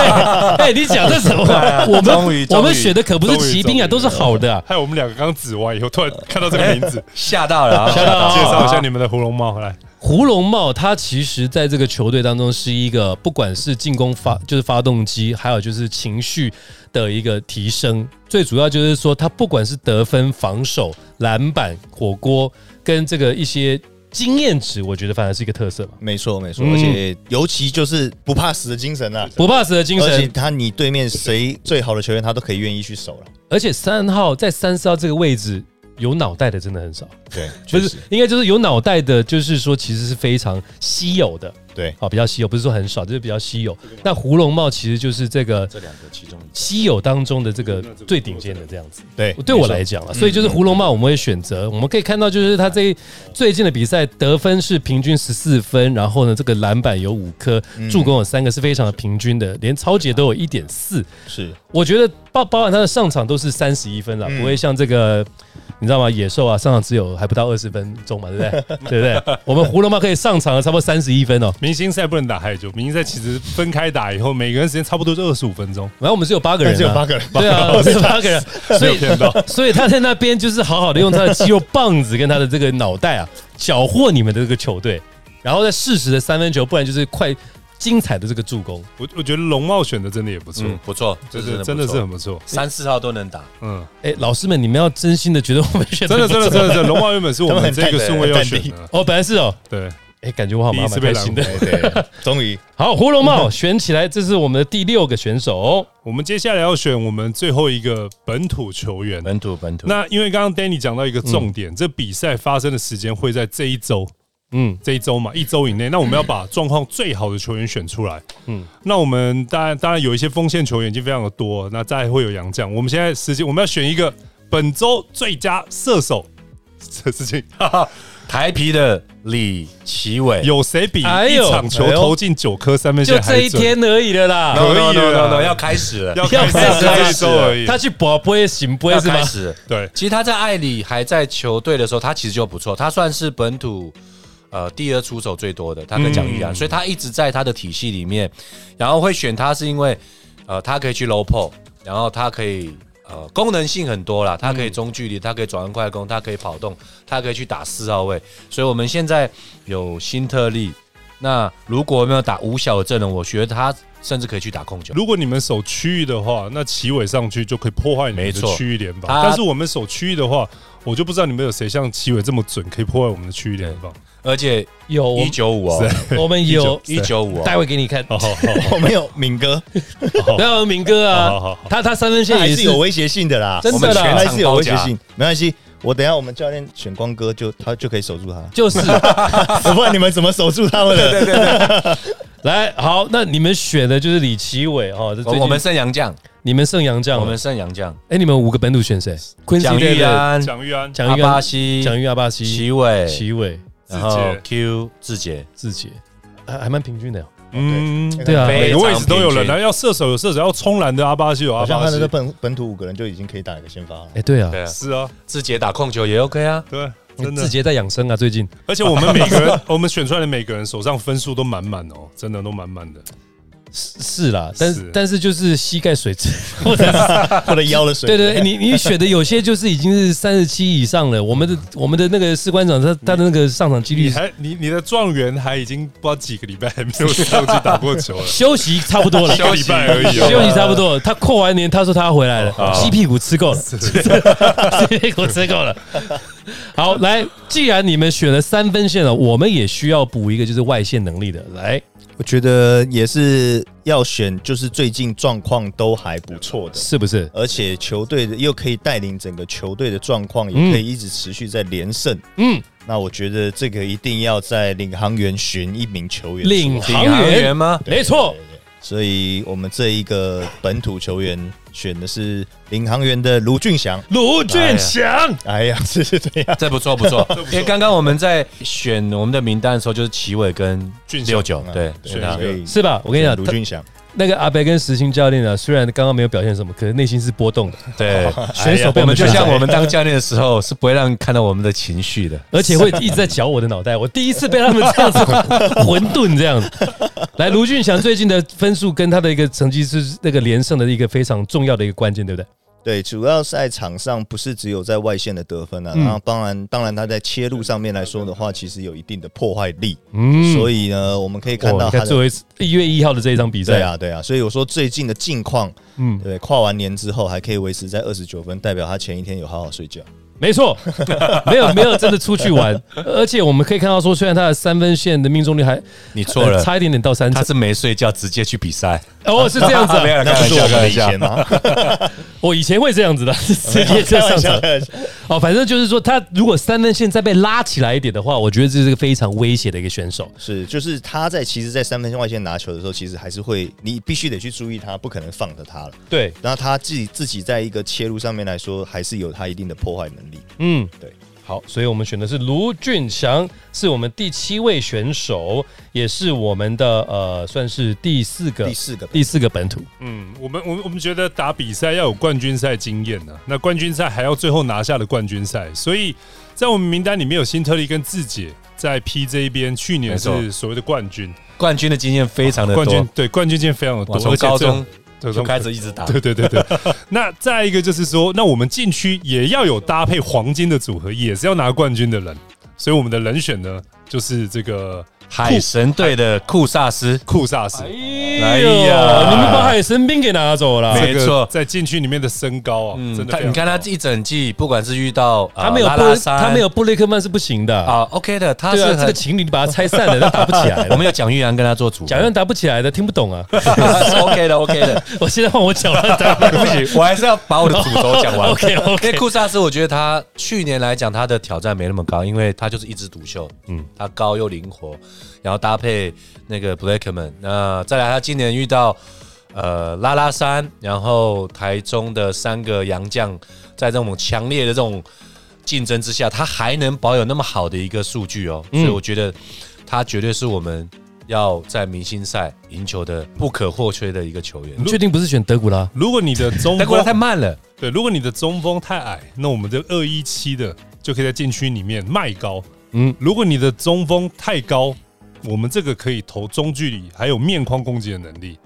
哎、你讲的什么？我
终于
们
终于
我们选的可不是骑兵啊，
终
都
于
是好的、啊。
害我们两个刚指完以后，突然看到这个名 字，
吓到了啊，
吓到
介绍一下
你。
你们的胡龙猫来。
胡龙茂他其实在这个球队当中是一个，不管是进攻发就是发动机，还有就是情绪的一个提升。最主要就是说，他不管是得分、防守、篮板、火锅，跟这个一些经验值，我觉得反而是一个特色嘛。
没错没错，
嗯
而且尤其就是不怕死的精神啊。
不怕死的精神，
而且他，你对面谁最好的球员，他都可以愿意去守了。
而且三号在三四号这个位置有脑袋的真的很少，
对，
不
确
是
实，
应该就是有脑袋的，就是说其实是非常稀有的。
对，
哦好，比较稀有，不是说很少，就是比较稀有。那胡龙茂其实就是这个
这两个其中一个
稀有当中的这个最顶尖的这样子。
对，
对我
没错
来讲了，啊
嗯
所以就是胡龙茂我们会选择，我们可以看到就是他这一最近的比赛得分是平均十四分，然后呢这个篮板有五颗，
嗯
助攻有三个，是非常的平均的，连超杰都有一点四。
是
我觉得包包含他的上场都是三十一分
嗯
了，不会像这个你知道吗？野兽啊，上场只有还不到二十分钟嘛，对不对？对不对？我们胡龙茂可以上场了差不多三十一分哦。
明星赛不能打太久，明星赛其实分开打以后，每个人时间差不多就二十五分钟。
然后我们只有八个人、啊，
但只有八个人
对啊，只有八个人，所以
骗到
所以他在那边就是好好的用他的肌肉棒子跟他的这个脑袋啊，缴获你们的这个球队，然后再适时的三分球，不然就是快精彩的这个助攻。
我我觉得龙茂选的真的也不错，
嗯，不错，
就
这
是
真
真的
的不
是
错
很不错。
三四号都能打，
嗯，
哎，老师们，你们要真心的觉得我们 选
真的真的
不错
真的，真的龙茂原本是我们这个顺位要选
他们
的，
哦，本来是哦，
对，
哎，感觉我好
第一
像
次
蛮
被
开
拦
心
回
的。
对对，终于
好，胡龙茂选起来，这是我们的第六个选手哦。
我们接下来要选我们最后一个本土球员。
本土本土。
那因为刚刚 Danny 讲到一个重点，这比赛发生的时间会在这一周，
嗯，
这一周嘛，一周以内，那我们要把状况最好的球员选出来。
嗯
嗯，那我们当然当然有一些锋线球员已经非常的多，那再会有洋将。我们现在时间我们要选一个本周最佳射手，这事情
台皮的李奇伟
有谁比
哎
一
呦
场球投进九颗三分
就
线还
这一
准？
天而已了啦。
可以
no, no, no,
了
no, no, 要开始了，
要开始
要
这
开
一
始
周
了
而已。
他去保不会行不会
要
是吗
开？始了。
对
其实他在艾里还在球队的时候，他其实就不错，他算是本土呃第二出手最多的，他跟蒋玉然，
嗯
所以他一直在他的体系里面。然后会选他是因为呃，他可以去 low pull，然后他可以呃功能性很多啦，他可以中距离，他可以转弯快攻，他可以跑动，他可以去打四号位。所以我们现在有新特利，那如果没有打五小的阵容，我觉得他甚至可以去打控球。
如果你们守区域的话，那齐伟上去就可以破坏你们
没
的
错
区域联防。
他
但是我们守区域的话，我就不知道你们有谁像齐伟这么准，可以破坏我们的区域联防。
而且
有我
一
们
九 五哦，
我们有，
一九五哦，
待会给你看。
好好好，
我们有敏哥，
不要明哥
好好
啊
好，
他他三分
这
线
还
也
是有危险性的啦，
真的啦
我们全还是有
我
威
们
胁
全场包夹
性，没关系。我等一下我们教练选光哥就他就可以守住他，
就是
不然你们怎么守住 他们的？
来好，那你们选的就是李奇伟哦，这最
我
近
我们圣杨将，
你们圣杨将，
我们圣杨将，
哎，你们五个本土选谁？昆西
蒋玉、啊安、
蒋玉安、
蒋
阿
玉
巴
安、
西、
蒋玉阿巴西、
齐伟，
齐伟、
然后
志杰
Q 志杰，
志杰，还还蛮平均的哦。
嗯，
对啊，
非
每
常
个位置都有人，
平均
然后要射手有射手，要冲篮的阿巴西有阿
好像
巴
他那个
西，
本本土五个人就已经可以打一个先发 了。
哎，对啊，
对啊，
是啊，
志杰打控球也 OK 啊，
对，真
志
的。
杰在养生啊，最近。
而且我们每个 人，我们选出来的每个人手上分数都满满哦，真的都满满的。
是啦，但是
是
但是就是膝盖水肿，或者是
或者腰的水。
对 对，对你你选的有些就是已经是三十七以上了。我们的我们的那个士官长，他他的那个上场几率，
你还你你的状元还已经不知道几个礼拜还没 有上去打过球了
休息差不
啊
多了，
一个礼拜而已哦。
休息差不多了。他扣完年，他说他回来了，鸡屁股吃够了，鸡屁股吃够了。好，来，既然你们选了三分线了，我们也需要补一个就是外线能力的。来，
我觉得也是要选，就是最近状况都还不错的，
是不是？
而且球队的又可以带领整个球队的状况，也可以一直持续在连胜。
嗯，
那我觉得这个一定要在领航员寻一名球员出来，
领
领
航
航员
员，
吗？
没错，
所以我们这一个本土球员选的是领航员的卢俊祥。
卢俊祥，
哎呀，这是怎样？
这不错不错，因为刚刚我们在选我们的名单的时候，就是齐伟跟
俊
六
秀
九，对，
所
对啊
以
是吧？我跟你讲，
卢
他
俊祥，
那个阿北跟石鑫教练啊，虽然刚刚没有表现什么，可是内心是波动的，
对，
选手被
我们就
选
像
走
我们当教练的时候，是不会让你看到我们的情绪的。
而且会一直在搅我的脑袋。我第一次被他们这样子混沌这样子。来，卢俊祥最近的分数跟他的一个成绩是那个连胜的一个非常重要的一个关键，对不对？
对，主要在场上不是只有在外线的得分啊，
嗯
然后当然，当然他在切入上面来说的话，其实有一定的破坏力，
嗯，
所以呢，我们可以看
哦
到
你
他
看
的
作为一月一号的这一场比赛
对，啊，对啊，所以我说最近的近况，
嗯，
对，跨完年之后还可以维持在二十九分，代表他前一天有好好睡觉。
没错， 没有没有真的出去玩，而且我们可以看到说，虽然他的三分线的命中率还
你错了
呃，差一点点到三
他
成，
是没睡觉直接去比赛，
哦，是这样子、
没有
啊，
啦开
那不是
玩笑，
我
开
们
玩
以
笑
前。吗？
我以前会这样子的， 直接就上
开玩
场
笑，。开玩笑
哦，反正就是说，他如果三分线再被拉起来一点的话，我觉得这是个非常威胁的一个选手。
是，就是他在其实，在三分线外线拿球的时候，其实还是会，你必须得去注意他，不可能放着他了。
对，
然后他自己自己在一个切入上面来说，还是有他一定的破坏能力。
嗯，
对。
好，所以我们选的是卢俊祥，是我们第七位选手，也是我们的呃，算是第四个
第四个，
第四个本土。
嗯，我们我们我们觉得打比赛要有冠军赛经验呐、啊那冠军赛还要最后拿下的冠军赛，所以在我们名单里面有辛特利跟志杰在 P 这一边，去年
没错
是所谓的冠军，
冠军的经验非常的
冠军
多，
对冠军经验非常的多
我，从
而且
高
最后
中
对
就
从
开始一直 打。
对对对 对。那再一个就是说，那我们禁区也要有搭配黄金的组合，也是要拿冠军的人，所以我们的人选呢就是这个
海神队的库萨斯，
库萨斯。
哎
呦
你们把海神兵给拿走了。
没
这
错
个在禁区里面的身高啊，
嗯
真，的
他
非常
你看他
高
一整季，不管是遇到呃
他没有
拉
布
拉
勒，
山
他没有布雷克曼是不行的。
啊，OK 的，他
对
是
啊，这个
很，
情侣你把它拆 散了，他打不起 来
我
了。
们有蒋玉阳跟他做主，
蒋 院打不起来的，听不懂啊！
是 OK 的，OK 的，
我现在换我讲了，打不
对 不起，我还是要把我的主轴讲完。
OK
因为
OK，
库萨斯，我觉得他去年来讲，他的挑战没那么高，因为他就是一枝独秀，嗯，他高又灵活，然后搭配那个 Blackman，那再来他今年遇到呃拉拉山，然后台中的三个洋将，在这种强烈的这种竞争之下，他还能保有那么好的一个数据哦，所以我觉得他绝对是我们要在明星赛赢球的不可或缺的一个球员
你。确定不是选德古拉？
如果你的中
但过
锋
来太慢了，
对，如果你的中锋太矮，那我们的二一七的就可以在禁区里面卖高。
嗯
嗯，如果你的中锋太高，我们这个可以投中距离，还有面框攻击的能力。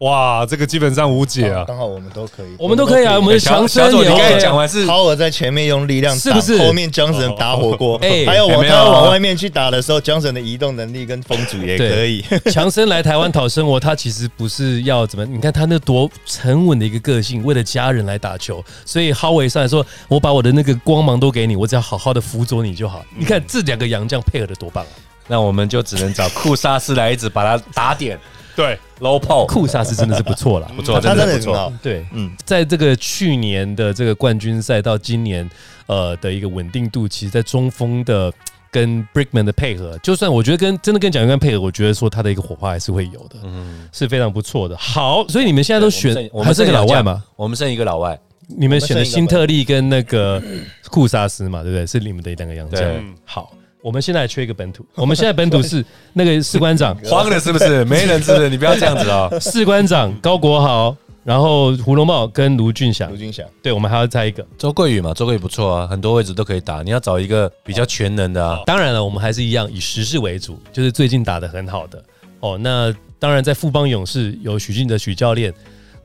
哇，这个基本上无解啊！
刚好我们都可以，
我们都可以啊，我们的
哎小
强
小
森
左，
也
你刚才
OK
讲
啊。
完是
超尔在前面用力量打，
是不是
后面江神打火锅，
哎
还有
有
往
没
他
有
往外面去打的时候，江神的移动能力跟风阻也
对
可以。
强森来台湾讨生活，他其实不是要怎么，你看他那多沉稳的一个个性，为了家人来打球，所以哈维上来说，我把我的那个光芒都给你，我只要好好的辅佐你就好。你
嗯
看这两个洋将配合的多棒啊！
那我们就只能找库萨斯来一直把他打点
对，
low poke，
库萨斯真的是不错 啦，
不错，
他
真
真
的
的
不
很
错。
好，
对，
嗯，
在这个去年的这个冠军赛到今年，呃的一个稳定度，其实在中锋的跟 Brickman 的配合，就算我觉得跟真的跟蒋云干配合，我觉得说他的一个火花还是会有的，嗯，是非常不错的。好，所以你们现在都选，
我
还
们
是个
剩
老外
嘛
嘛？，
我们剩一个老外，
你们选的辛特利跟那个库萨斯嘛，对不对？是你们的两个洋将
对。
好，我们现在还缺一个本土，我们现在本土是那个士官长，哦
慌了是不是？没人知道，你不要这样子 哦。
士官长高国豪，然后胡龙茂跟卢俊祥
卢，俊祥，
对我们还要再一个。
周桂宇嘛，周桂宇不错啊，很多位置都可以打。你要找一个比较全能的啊，
当然了，我们还是一样以实事为主，就是最近打得很好的哦。那当然，在富邦勇士有许晋哲许教练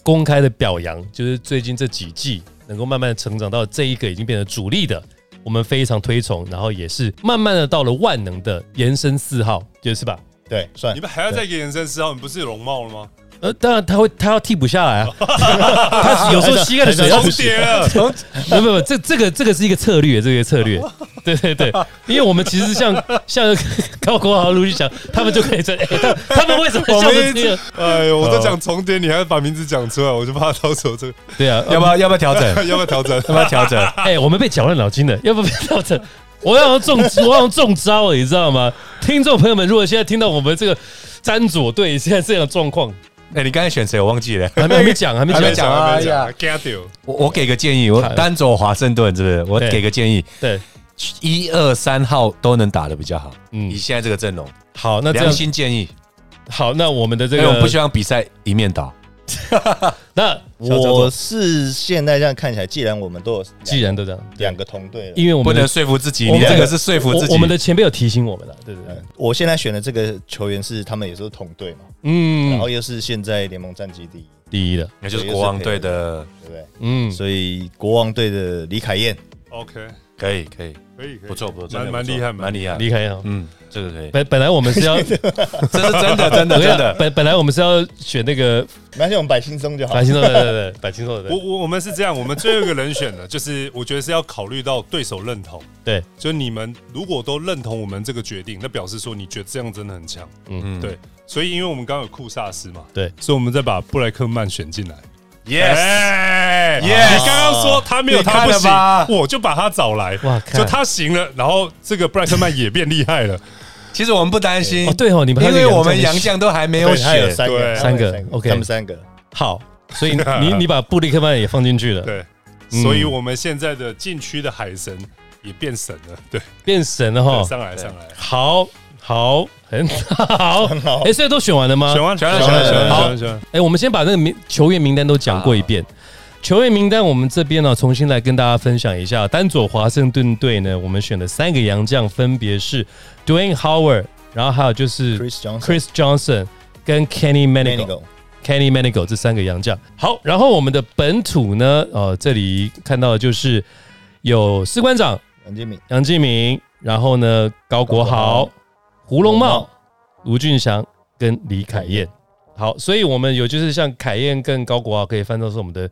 公开的表扬，就是最近这几季能够慢慢成长到这一个已经变成主力的，我们非常推崇，然后也是慢慢的到了万能的延伸四号，就是吧？
对，算
你们还要再给延伸四号，你不是有容貌了吗？
呃，当然他会，他要替补下来啊。 他有时候膝盖的水要
重叠了，
不不不，这这个这个是一个策略，这个策 略，对对对，因为我们其实像 像高国豪、卢俊祥，他们就可以在，哎他他们为什么
我
笑
们一
成这
直
样？，
哎呦，我在讲重叠，你还把名字讲出来，我就怕到时候这个
对啊，
要不要要不要调整？ 要
要不要调整？
不要调整？
哎、我们被搅乱脑筋了，要不被调整。我要用中，我要用中招了，你知道吗？听众朋友们，如果现在听到我们这个詹左队现在这样的状况，
哎，你刚才选谁？我忘记了。
还没还没讲，还没
哎还没
讲，
讲啊
还没讲
哎呀
，get 掉，
我我给个建议，我
看
单走华盛顿是不是？我
对
给个建议，
对，
一二三号都能打的比较好。
嗯
以现在这个阵容，
好，那这
良
样
心建议，
好，那我们的这
因为我
个
不希望比赛一面倒。
那
我是现在这样看起来，既然我们都有两
既然都这样，
两个同队了，
因为我
不
们的
能说服自己，
我
你
们
这
这
个
个
是说服
我
自己。哎
我们的前辈有提醒我们了，对对对，
我现在选的这个球员是他们也是同队嘛，然
嗯，
后又是现在联盟战绩第一，
第一的，
那就是国王队的，
对不对？
嗯，
所以国王队的李凯燕，
OK，
可以可以，
可以，可以
不错不错，真的
蛮蛮
不错
厉害，
蛮
害。
厉害。
离开啊。
嗯，这个可以，
本本来我们是要，
这是真的真的
我跟你讲
真的。
本本来我们是要选那个
没关系，我们摆轻松就好
白。青松的，对对对，白青松的
我，我我们是这样，我们最后一个人选的， 就是我觉得是要考虑到对手认同，
对，
就你们如果都认同我们这个决定，那表示说你觉得这样真的很强，
嗯，
对。所以因为我们刚刚有库萨斯嘛，
对
所以我们再把布莱克曼选进来。
，yes，
哎你
Yes
刚刚说他没有
你
他
看
不
了
行
吧，
我就把他找来，
哇看
就他行了，然后这个布莱克曼也变厉害了，
其实我们不担心
哦，，对哦，你们还
因
有
为
杨
我们
将
杨将都还没有
对，他有
选，
三
对
个，
三个
他们有
OK
他们三个，
好，所以你你把布利克曼也放进去了，
对，所以我们现在的禁区的海神也变神了，对，啊
变神了哈。
上来上来，
好，好，很好，
好
哎，所以都选完了吗？
选完
选完
选完
选
选
完
完
好
选完选完，
哎，我们先把那个名球员名单都讲过一遍。球员名单，我们这边呢、重新来跟大家分享一下。单左华盛顿队呢，我们选的三个洋将分别是 Dwayne Howard，然后还有就是
Chris Johnson
Chris Johnson 跟 Kenny Manigo。
Manigault
Kenny Manigo 这三个洋将。好，然后我们的本土呢，呃，这里看到的就是有士官长
杨建敏、
杨敬明，然后呢高国
高国
豪
豪、
胡龙茂、卢俊祥跟李凯燕。好，所以我们有就是像凯燕跟高国豪可以翻到是我们的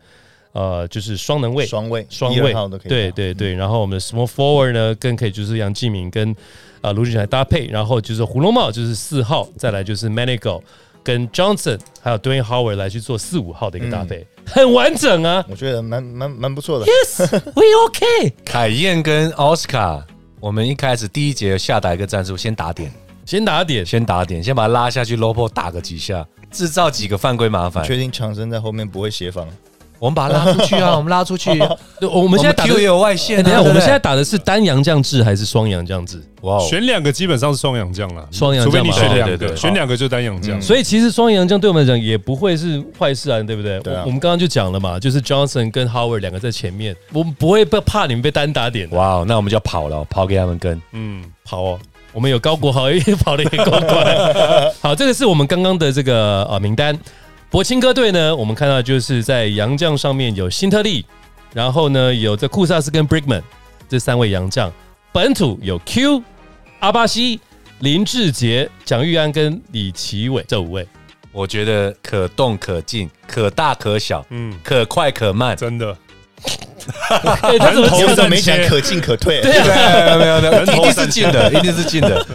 呃，就是双能卫。
双位、
双
一
位
二号都可以打，嗯
对对对，然后我们的 small forward 呢，更可以就是杨继明跟啊卢俊祥来搭配，然后就是胡龙茂就是四号，再来就是 Manigo 跟 Johnson 还有 Dwayne Howard 来去做四五号的一个
嗯
搭配，很完整啊。
我觉得蛮蛮蛮不错的。
We OK，
凯燕跟奥斯卡。我们一开始第一节下达一个战术，先打点，
先打点，
先打点，先把他拉下去 l o p o 打个几下，制造几个犯规麻烦。
确定强森在后面不会协防，
我们把他拉出去 啊，我们拉出去。
对我
我
们现在打的
Q
是，
也有外线
哎
啊。
等一下我
对不
们
对
现在打的是单阳将制还是双阳将制？
哇哦，
选两个基本上是双阳将了，
双阳
除
将
非你
嘛
选
对
两
对
个，
对
选两个就单阳将，
所以其实双阳将对我们来讲也不会是坏事啊，对不对？
对啊
我我们刚刚就讲了嘛，就是 Johnson 跟 Howard 两个在前面，我们不会被怕你们被单打点的。
哇哦，那我们就要跑了，跑给他们跟。
嗯，
跑哦。我们有高国豪也跑得也够 快。好，这个是我们刚刚的这个呃名单。博清哥队呢，我们看到就是在洋将上面有辛特利，然后呢有这库萨斯跟 Brickman 这三位洋将。本土有 Q、阿巴西、林志杰、蒋玉安跟李奇伟这 五位。
我觉得可动可进，可大可小，
嗯
嗯，可快可慢。
真的，
哎他怎么
头
讲
头
我
的？
没讲可进可退，
对啊，
没有没有，
头
一定是进的，一定是进的。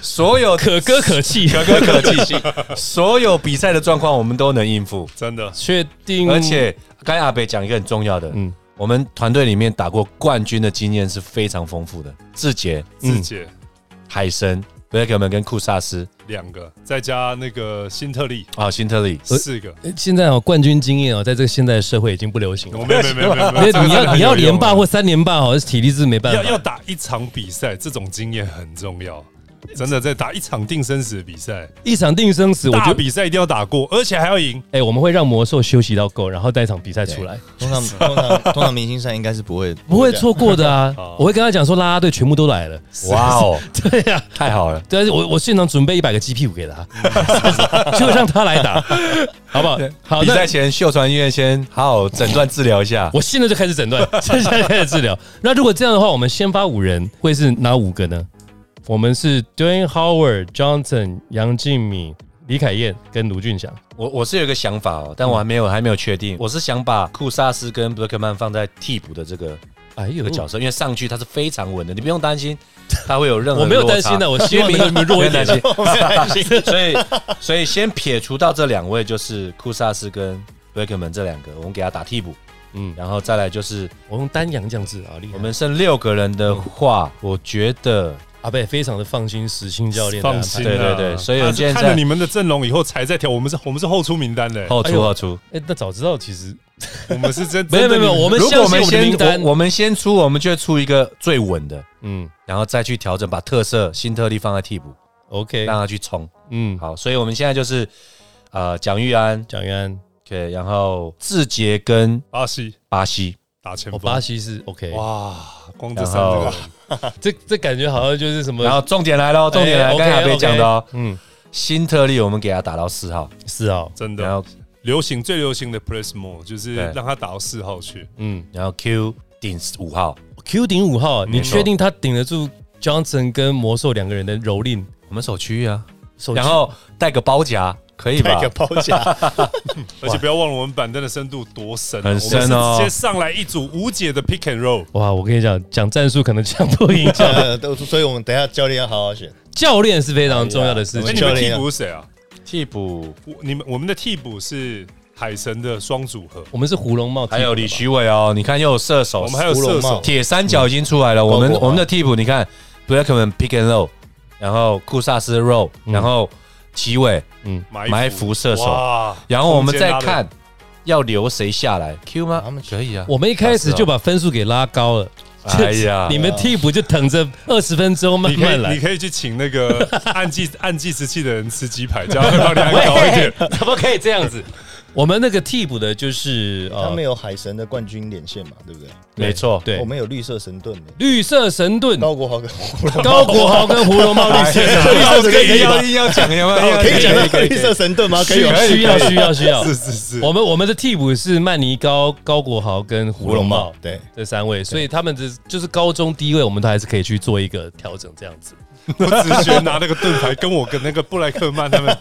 所有
可歌可泣，
可歌可泣，所有比赛的状况我们都能应付。
真的，
确定。
而且刚才阿北讲一个很重要的，
嗯
嗯，我们团队里面打过冠军的经验是非常丰富的。志杰、
志杰
嗯
海神、b l a c k m a n 跟库萨斯
两个，再加那个辛特利
啊，辛特利，
四个，
呃现在哦，冠军经验哦，在这个现在的社会已经不流行了。
哦我没有没有没有没有
没
没有，这
有，
个
你
真的
要
很
你要
有用
连霸
啊
或三连霸，好像是体力是没办
要
法。
要打一场比赛，这种经验很重要。真的，在打一场定生死的比赛，
一场定生死，我
大
觉得，
比赛一定要打过，而且还要赢。
哎，我们会让魔兽休息到够，然后带一场比赛出来，
通常通常通常明星赛应该是不会
不会
这样
错过的 啊
好！
我会跟他讲说，啦啦队全部都来了，
哇 哦，
对呀。
太好了！
对，我我现场准备一百个鸡屁股给他，就让他 来打，好不好？好，
比
那
赛前，秀传医院先好好诊断治疗一下。
我现在就开始诊断，现在开始治疗。那如果这样的话，我们先发五人会是哪五个呢？我们是 Dwayne Howard、Johnson、杨敬敏、李凯燕跟卢俊祥。
我我是有一个想法哦，但我还没有还没有确定。我是想把库萨斯跟布克曼放在替补的这个
哎
这
呦
个角色，因为上去他是非常稳的，你不用担心他会有任何
我没有
落差
担心的，我希望你们弱一点。
所以，所以先撇除到这两位，就是库萨斯跟 b r e k m a n 这两个，我们给他打替补，
嗯，
然后再来就是
我用丹阳降智啊，厉害！
我们剩六个人的话，我觉得
阿贝非常的放心，石青教练的安排
放心
对
啊，
对对所以我
他是
现在
看了你们的阵容以后才在调，我们是，我们是后出名单的，
后
哎呦
出后出。
哎、那早知道其实
我们是真
没有没有没有，我们
如果
相
我
信
们
我们的名单
先我，我们先出，我们就出一个最稳的，
嗯
然后再去调整，把特色新特例放在替补，
，OK，
让他去冲。
嗯，
好，所以我们现在就是呃蒋玉安
蒋元安，
，OK，然后志杰跟
巴西
巴西，
打前
我、
锋，
巴西是 OK，
哇，光这
然
三个
后
这这感觉好像就是什么，
然后重点来喽，重点来，
哎
刚才被讲的哦，
嗯，
新特例我们给他打到四号，
四号，
真
然
的
后
流行最流行的 Press More 就是
对
让他打到四号去，
嗯
然后 Q 顶五号，
，Q 顶五号，你
没错
确定他顶得住 Johnson 跟魔兽两个人的蹂躏？
我们首区啊，
手机
然后带个包夹可以
带
吧
个？包夹，
而且不要忘了我们板凳的深度多深啊，
很深哦
我们是直接上来一组无解的 Pick and Roll，
哇，我跟你讲，讲战术可能讲不 赢教
呃都所以我们等一下教练要好好选。
教练是非常重要的事
哎，
情
你。
教
们
练
替
啊
补是谁啊？
替补
我你们我们的替补是海神的双组合，
我们是胡龙茂，
还有李，徐伟哦，你看又有射手，
我们还有
胡龙
射
茂
手，
铁三角已经出来了，我们
包裹吧
我们的替补你看 Blackman pick and roll，然后库萨斯 roll，
嗯
然后齐伟，
嗯，
埋伏射手
哇
然后我们再
空间拉得
看要留谁下来 Q 吗？
他们
可以啊，
我们一开始就把分数给拉高了。
哎 呀
你们替补就等着二十分钟慢
你可
慢
以，你
来。
可以去请那个按计按计时器的人吃鸡排，这样会帮你按高一点。
怎么可以这样子？ 我们那个替补的就是
他们
呃，
有海神的冠军连线嘛，对不对？
没错，
对
我们有绿色神盾耶，
绿色神盾、
高国豪跟胡龙
嗯高国豪跟胡龙茂绿
哎
色神盾，
要可以
要
吧？
硬要讲有
哎
没有？
可以讲
哎
啊到
可以可以
绿色神盾吗？可以吗？
需要需要需要。
是是是，
我们我们的替补是曼尼高、高国豪跟胡
胡
龙
龙
茂
茂，对，
这三位，所以他们的就是高中低位，我们都还是可以去做一个调整，这样子。
我只觉得拿那个盾牌跟我跟那个布莱克曼他们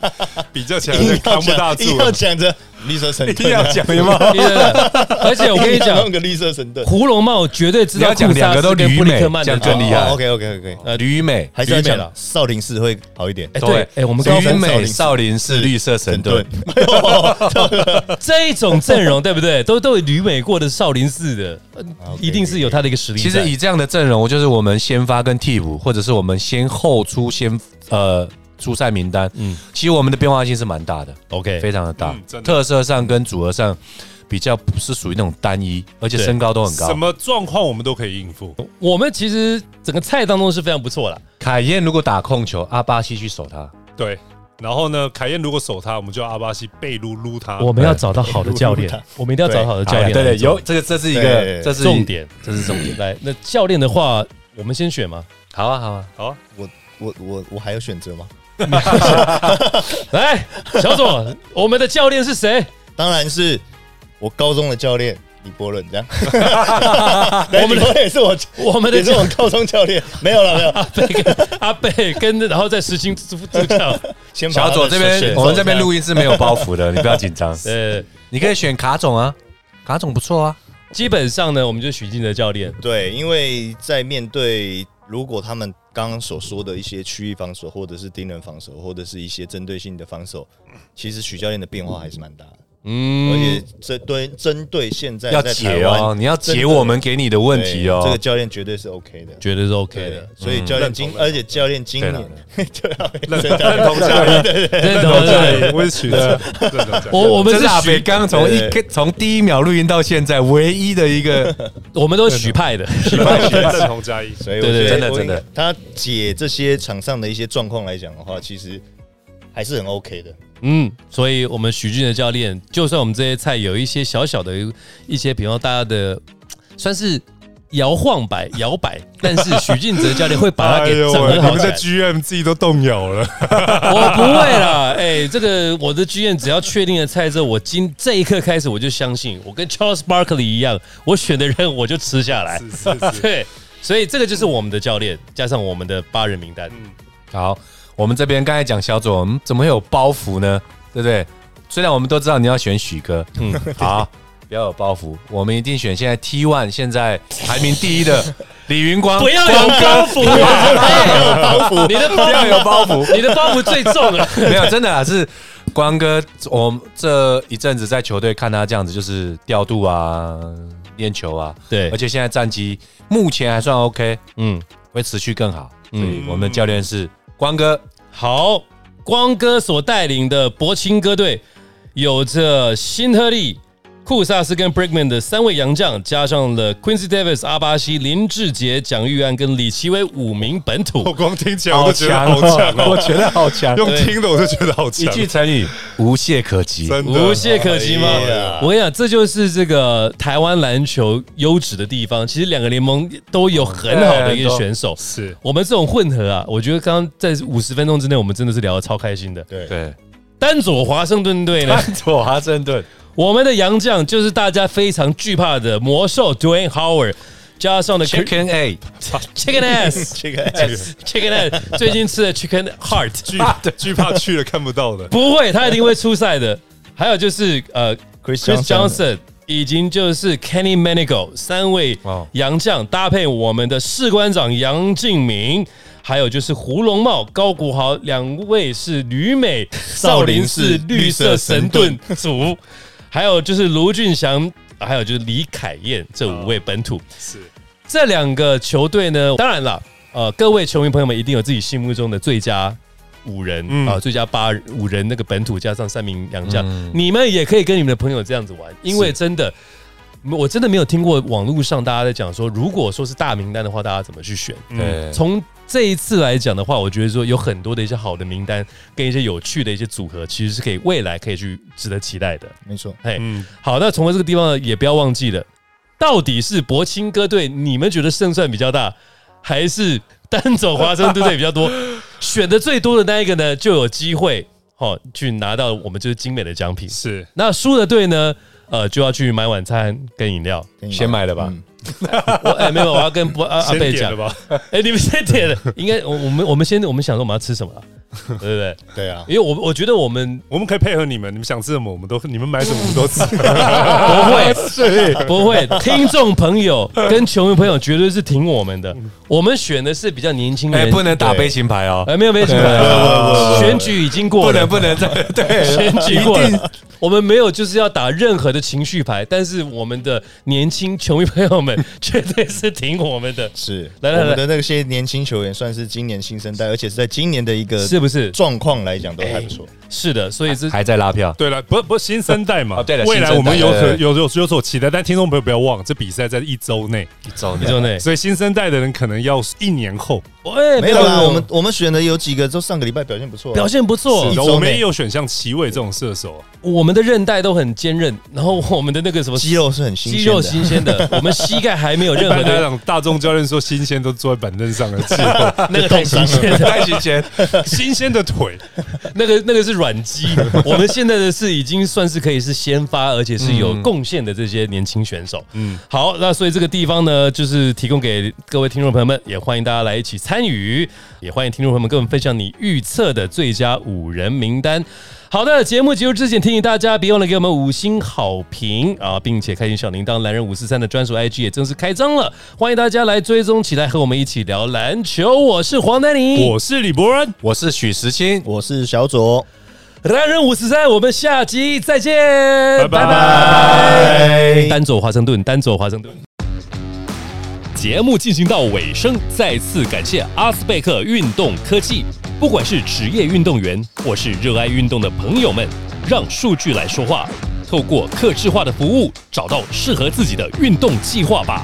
比较起来，有点扛不大 住。
硬
啊
要讲着绿色神
一定
盾啊，
要讲有没有？
对对对而且我跟你
硬要
讲
弄，个绿色神盾，
胡龙茂绝对知
你
道
要讲
库萨
两个
斯
都
跟
旅
布里
美
克曼的
这样更厉害
哦 OK OK OK，
呃
旅美，
还是要
旅美啦
讲少林寺会好一点。
哎，对，哎，我们高
旅
中
美少林寺绿色神盾，，
这种阵容，对不对？都 都有旅美过的少林寺的，呃
OK，
一定是有他的一个实力在。
其实以这样的阵容，就是我们先发跟替补，或者是我们先后出先呃出赛名单，
嗯
嗯，其实我们的变化性是蛮大的，
OK，
非常的大
嗯，真的
特色上跟组合上比较不是属于那种单一，而且
对
身高都很
什
高。
么状况我们都可以应付。
我们其实整个菜当中是非常不错啦。
凯燕如果打控球，阿巴西去守他，
对，然后呢，凯燕如果守他，我们就要阿巴西背撸撸他。
我们要找到好的教
哎
练，我们一定要找好的教练
哎呀
来
啊对
做。
对，有这个这是一个
对
这是
重，点。
这是重点。
来，那教练的话，我们先选吗？
好啊好啊，
好啊，
我我我我还有选择吗？
来，小左， 我们的教练是谁？
当然是我高中的教练李伯伦 这样。我们的也是我，
我们的
也是
教
我高中教练。没有了，没有。
贝跟 阿贝跟，然后再实行助助教。
先把
啊小左
他的
这
选
边
手
我们这边
样
录音是没有包袱 的，你不要紧张，
呃，
你可以选卡总啊，卡总不错啊，
基本上呢，我们就许晋的教练。
对，因为在面对如果他们刚刚所说的一些区域防守，或者是盯人防守，或者是一些针对性的防守，其实许教练的变化还是蛮大的。而
嗯
且，这对针对现在
要
在
解
台
哦，
湾
你要
真
解
的
我们给你的问题哦
对。这个教练绝对是 OK 的。
绝对是 OK
对
的，，
所以教练今，而且教练今
嗯对
年
了
对啊，
认认同加一，
认
认
同
同加
对。哦
一，我也许认同加一。
我我们
这
是
是阿
许，
北啊刚从一
对
开从第一秒录音到现在唯一的一个，
我们都是许派的。
认同加一，
所以我
对对
觉得
真的
我
真的，
他解这些场上的一些状况来讲的话，其实还是很 OK 的。
嗯，所以我们许俊的教练，就算我们这些菜有一些小小的一些，比方大家的算是摇晃摆、摇摆，但是许俊哲教练会把
哎
它给整
哎喂
合
你
好
们
起
的
来。
GM 自己都动摇了，
我不会啦， 哎、这个我的剧院只要确定了菜之后，我今这一刻开始我就相信，我跟 Charles Barkley 一样，我选的人我就吃下来。
是 是是，嗯
对，所以这个就是我们的教练，加上我们的八人名单。
好，我们这边刚才讲小左，嗯，怎么会有包袱呢？对不对？虽然我们都知道你要选许哥，嗯， 好，不要有包袱，我们一定选现在 T One 现在排名第 一的李云光，
不要有包 袱 啊，不要有包袱，你的包
不要有包袱，
你的包袱最重 了。
没有，真的啊，是光哥，我们这一阵子在球队看他这样子，就是调度啊、练球啊，
对
而且现在战绩目前还算 OK，
嗯，
会持续更好。所以我们的教练是光哥，
好，光哥所带领的博青哥队有着辛特利、库萨斯跟 Brickman 的三位洋将，加上了 Quincy Davis、阿巴西、林志杰、蒋玉安跟李奇微五名本
我
土。
光听起来我都觉得好强哦、
我觉得好强，
用听的我就觉得好
一
强，
句成语无懈可击。
真的
无懈可击吗
啊
哎呀？
我跟你讲，这就是这个台湾篮球优质的地方。其实两个联盟都有很好的一个选手。
是
我们这种混合啊，我觉得刚刚在五十分钟之内，我们真的是聊得超开心的。
对
对，
丹佐华盛顿队 呢，
丹佐华盛顿，
我们的洋将就是大家非常惧怕的魔兽 Dwayne Howard，加上的
Chicken A，
Chicken Ass
这个 S
Chicken Ass，最近吃的 Chicken Heart，
惧惧怕去了看不到 的，
不会，他一定会出赛的。还有就是呃
Chris
Chris
Johnson
Johnson。已经就是 Kenny Manigo 三位
哦
洋将搭配我们的士官长杨敬明，还有就是胡龙茂、高国豪两位是旅美少林寺绿色神盾组，还有就是卢俊祥，还有就是李凯燕这五位本土。
是
这两个球队呢，当然了，呃，各位球迷朋友们一定有自己心目中的最佳五人啊、
嗯
最佳八人五人那个本土加上三名洋将，你们也可以跟你们的朋友这样子玩，因为真的。我真的没有听过网络上大家在讲说，如果说是大名单的话，大家怎么去选？
嗯
对，
从这一次来讲的话，我觉得说有很多的一些好的名单跟一些有趣的一些组合，其实是可以未来可以去值得期待的。
没错，
嘿，
嗯，
好，那从这个地方呢也不要忘记了，到底是博青哥队你们觉得胜算比较大，还是单走华盛顿队比 较多？选的最多的那一个呢，就有机会哦去拿到我们就是精美的奖品。
是
那输的队呢，呃，就要去买晚餐跟饮料。
跟你
先买了吧
嗯
我哎、没有，我 要跟博阿阿
先
贝
点
讲
了，吧？
哎、你们先点了，应该我我们我们先我们想说我们要吃什么啦，对不对？
对啊，
因为我我觉得我们
我们可以配合你们，你们想吃什么我们都，你们买什么我们都吃。
不会，不会，听众朋友跟球迷朋友绝对是挺我们的，我们选的是比较年轻
哎，
人，
不能打
对
悲情牌哦，
哎，没有没有，
不不不
选举已经过
不
了
能，不能再对，
选举过了，我们没有就是要打任何的情绪牌，但是我们的年轻球迷朋友们绝对是挺我们的，
是
来来
我们
来
的那些年轻球员算是今年新生代，而且是在今年的一个
是哎不是？
状况来讲都还不错。
是的，所以这
还在拉票，
对了，不不新生代嘛，
哦对了
未来
新
我
生代
们有可
对对
有有有所期待，但听众朋友不要忘，这比赛在一周内，
一周
你说 呢？
所以新生代的人可能要一年后。
哎，
没有啦，我们我们选的有几个都上个礼拜表现不错啊，
表现不错
哦
一是，周内
我们也有选像齐伟这种射手，
我们的韧带都很坚韧，然后我们的那个什么
肌肉是很新
肌
鲜
肉
的，
新鲜的，我们膝盖还没有
一
任
般
何
来
的
讲，大众教练说新鲜都坐在板凳上的气候，
那个太新鲜了，
太新鲜，
新鲜的腿，
那个那个是软肌。 我们现在的是已经算是可以是先发，而且是有贡献的这些年轻选手。嗯，好，那所以这个地方呢，就是提供给各位听众朋友们，也欢迎大家来一起参与，也欢迎听众朋友们跟我们分享你预测的最佳五人名单。好的，节目结束之前，提醒大家别忘了给我们五星好评啊，并且开启小铃铛。蓝人五四三的专属 IG 也正式开张了，欢迎大家来追踪起来，和我们一起聊篮球。我是黄丹妮，
我是李博恩，
我是许时清，
我是小左，
男人五十三，我们下集再见，拜
拜
拜
单走华盛顿，单走华盛顿。节目进行到尾声，再次感谢阿斯贝克运动科技。不管是职业运动员或是热爱运动的朋友们，让数据来说话，透过客制化的服务，找到适合自己的运动计划吧。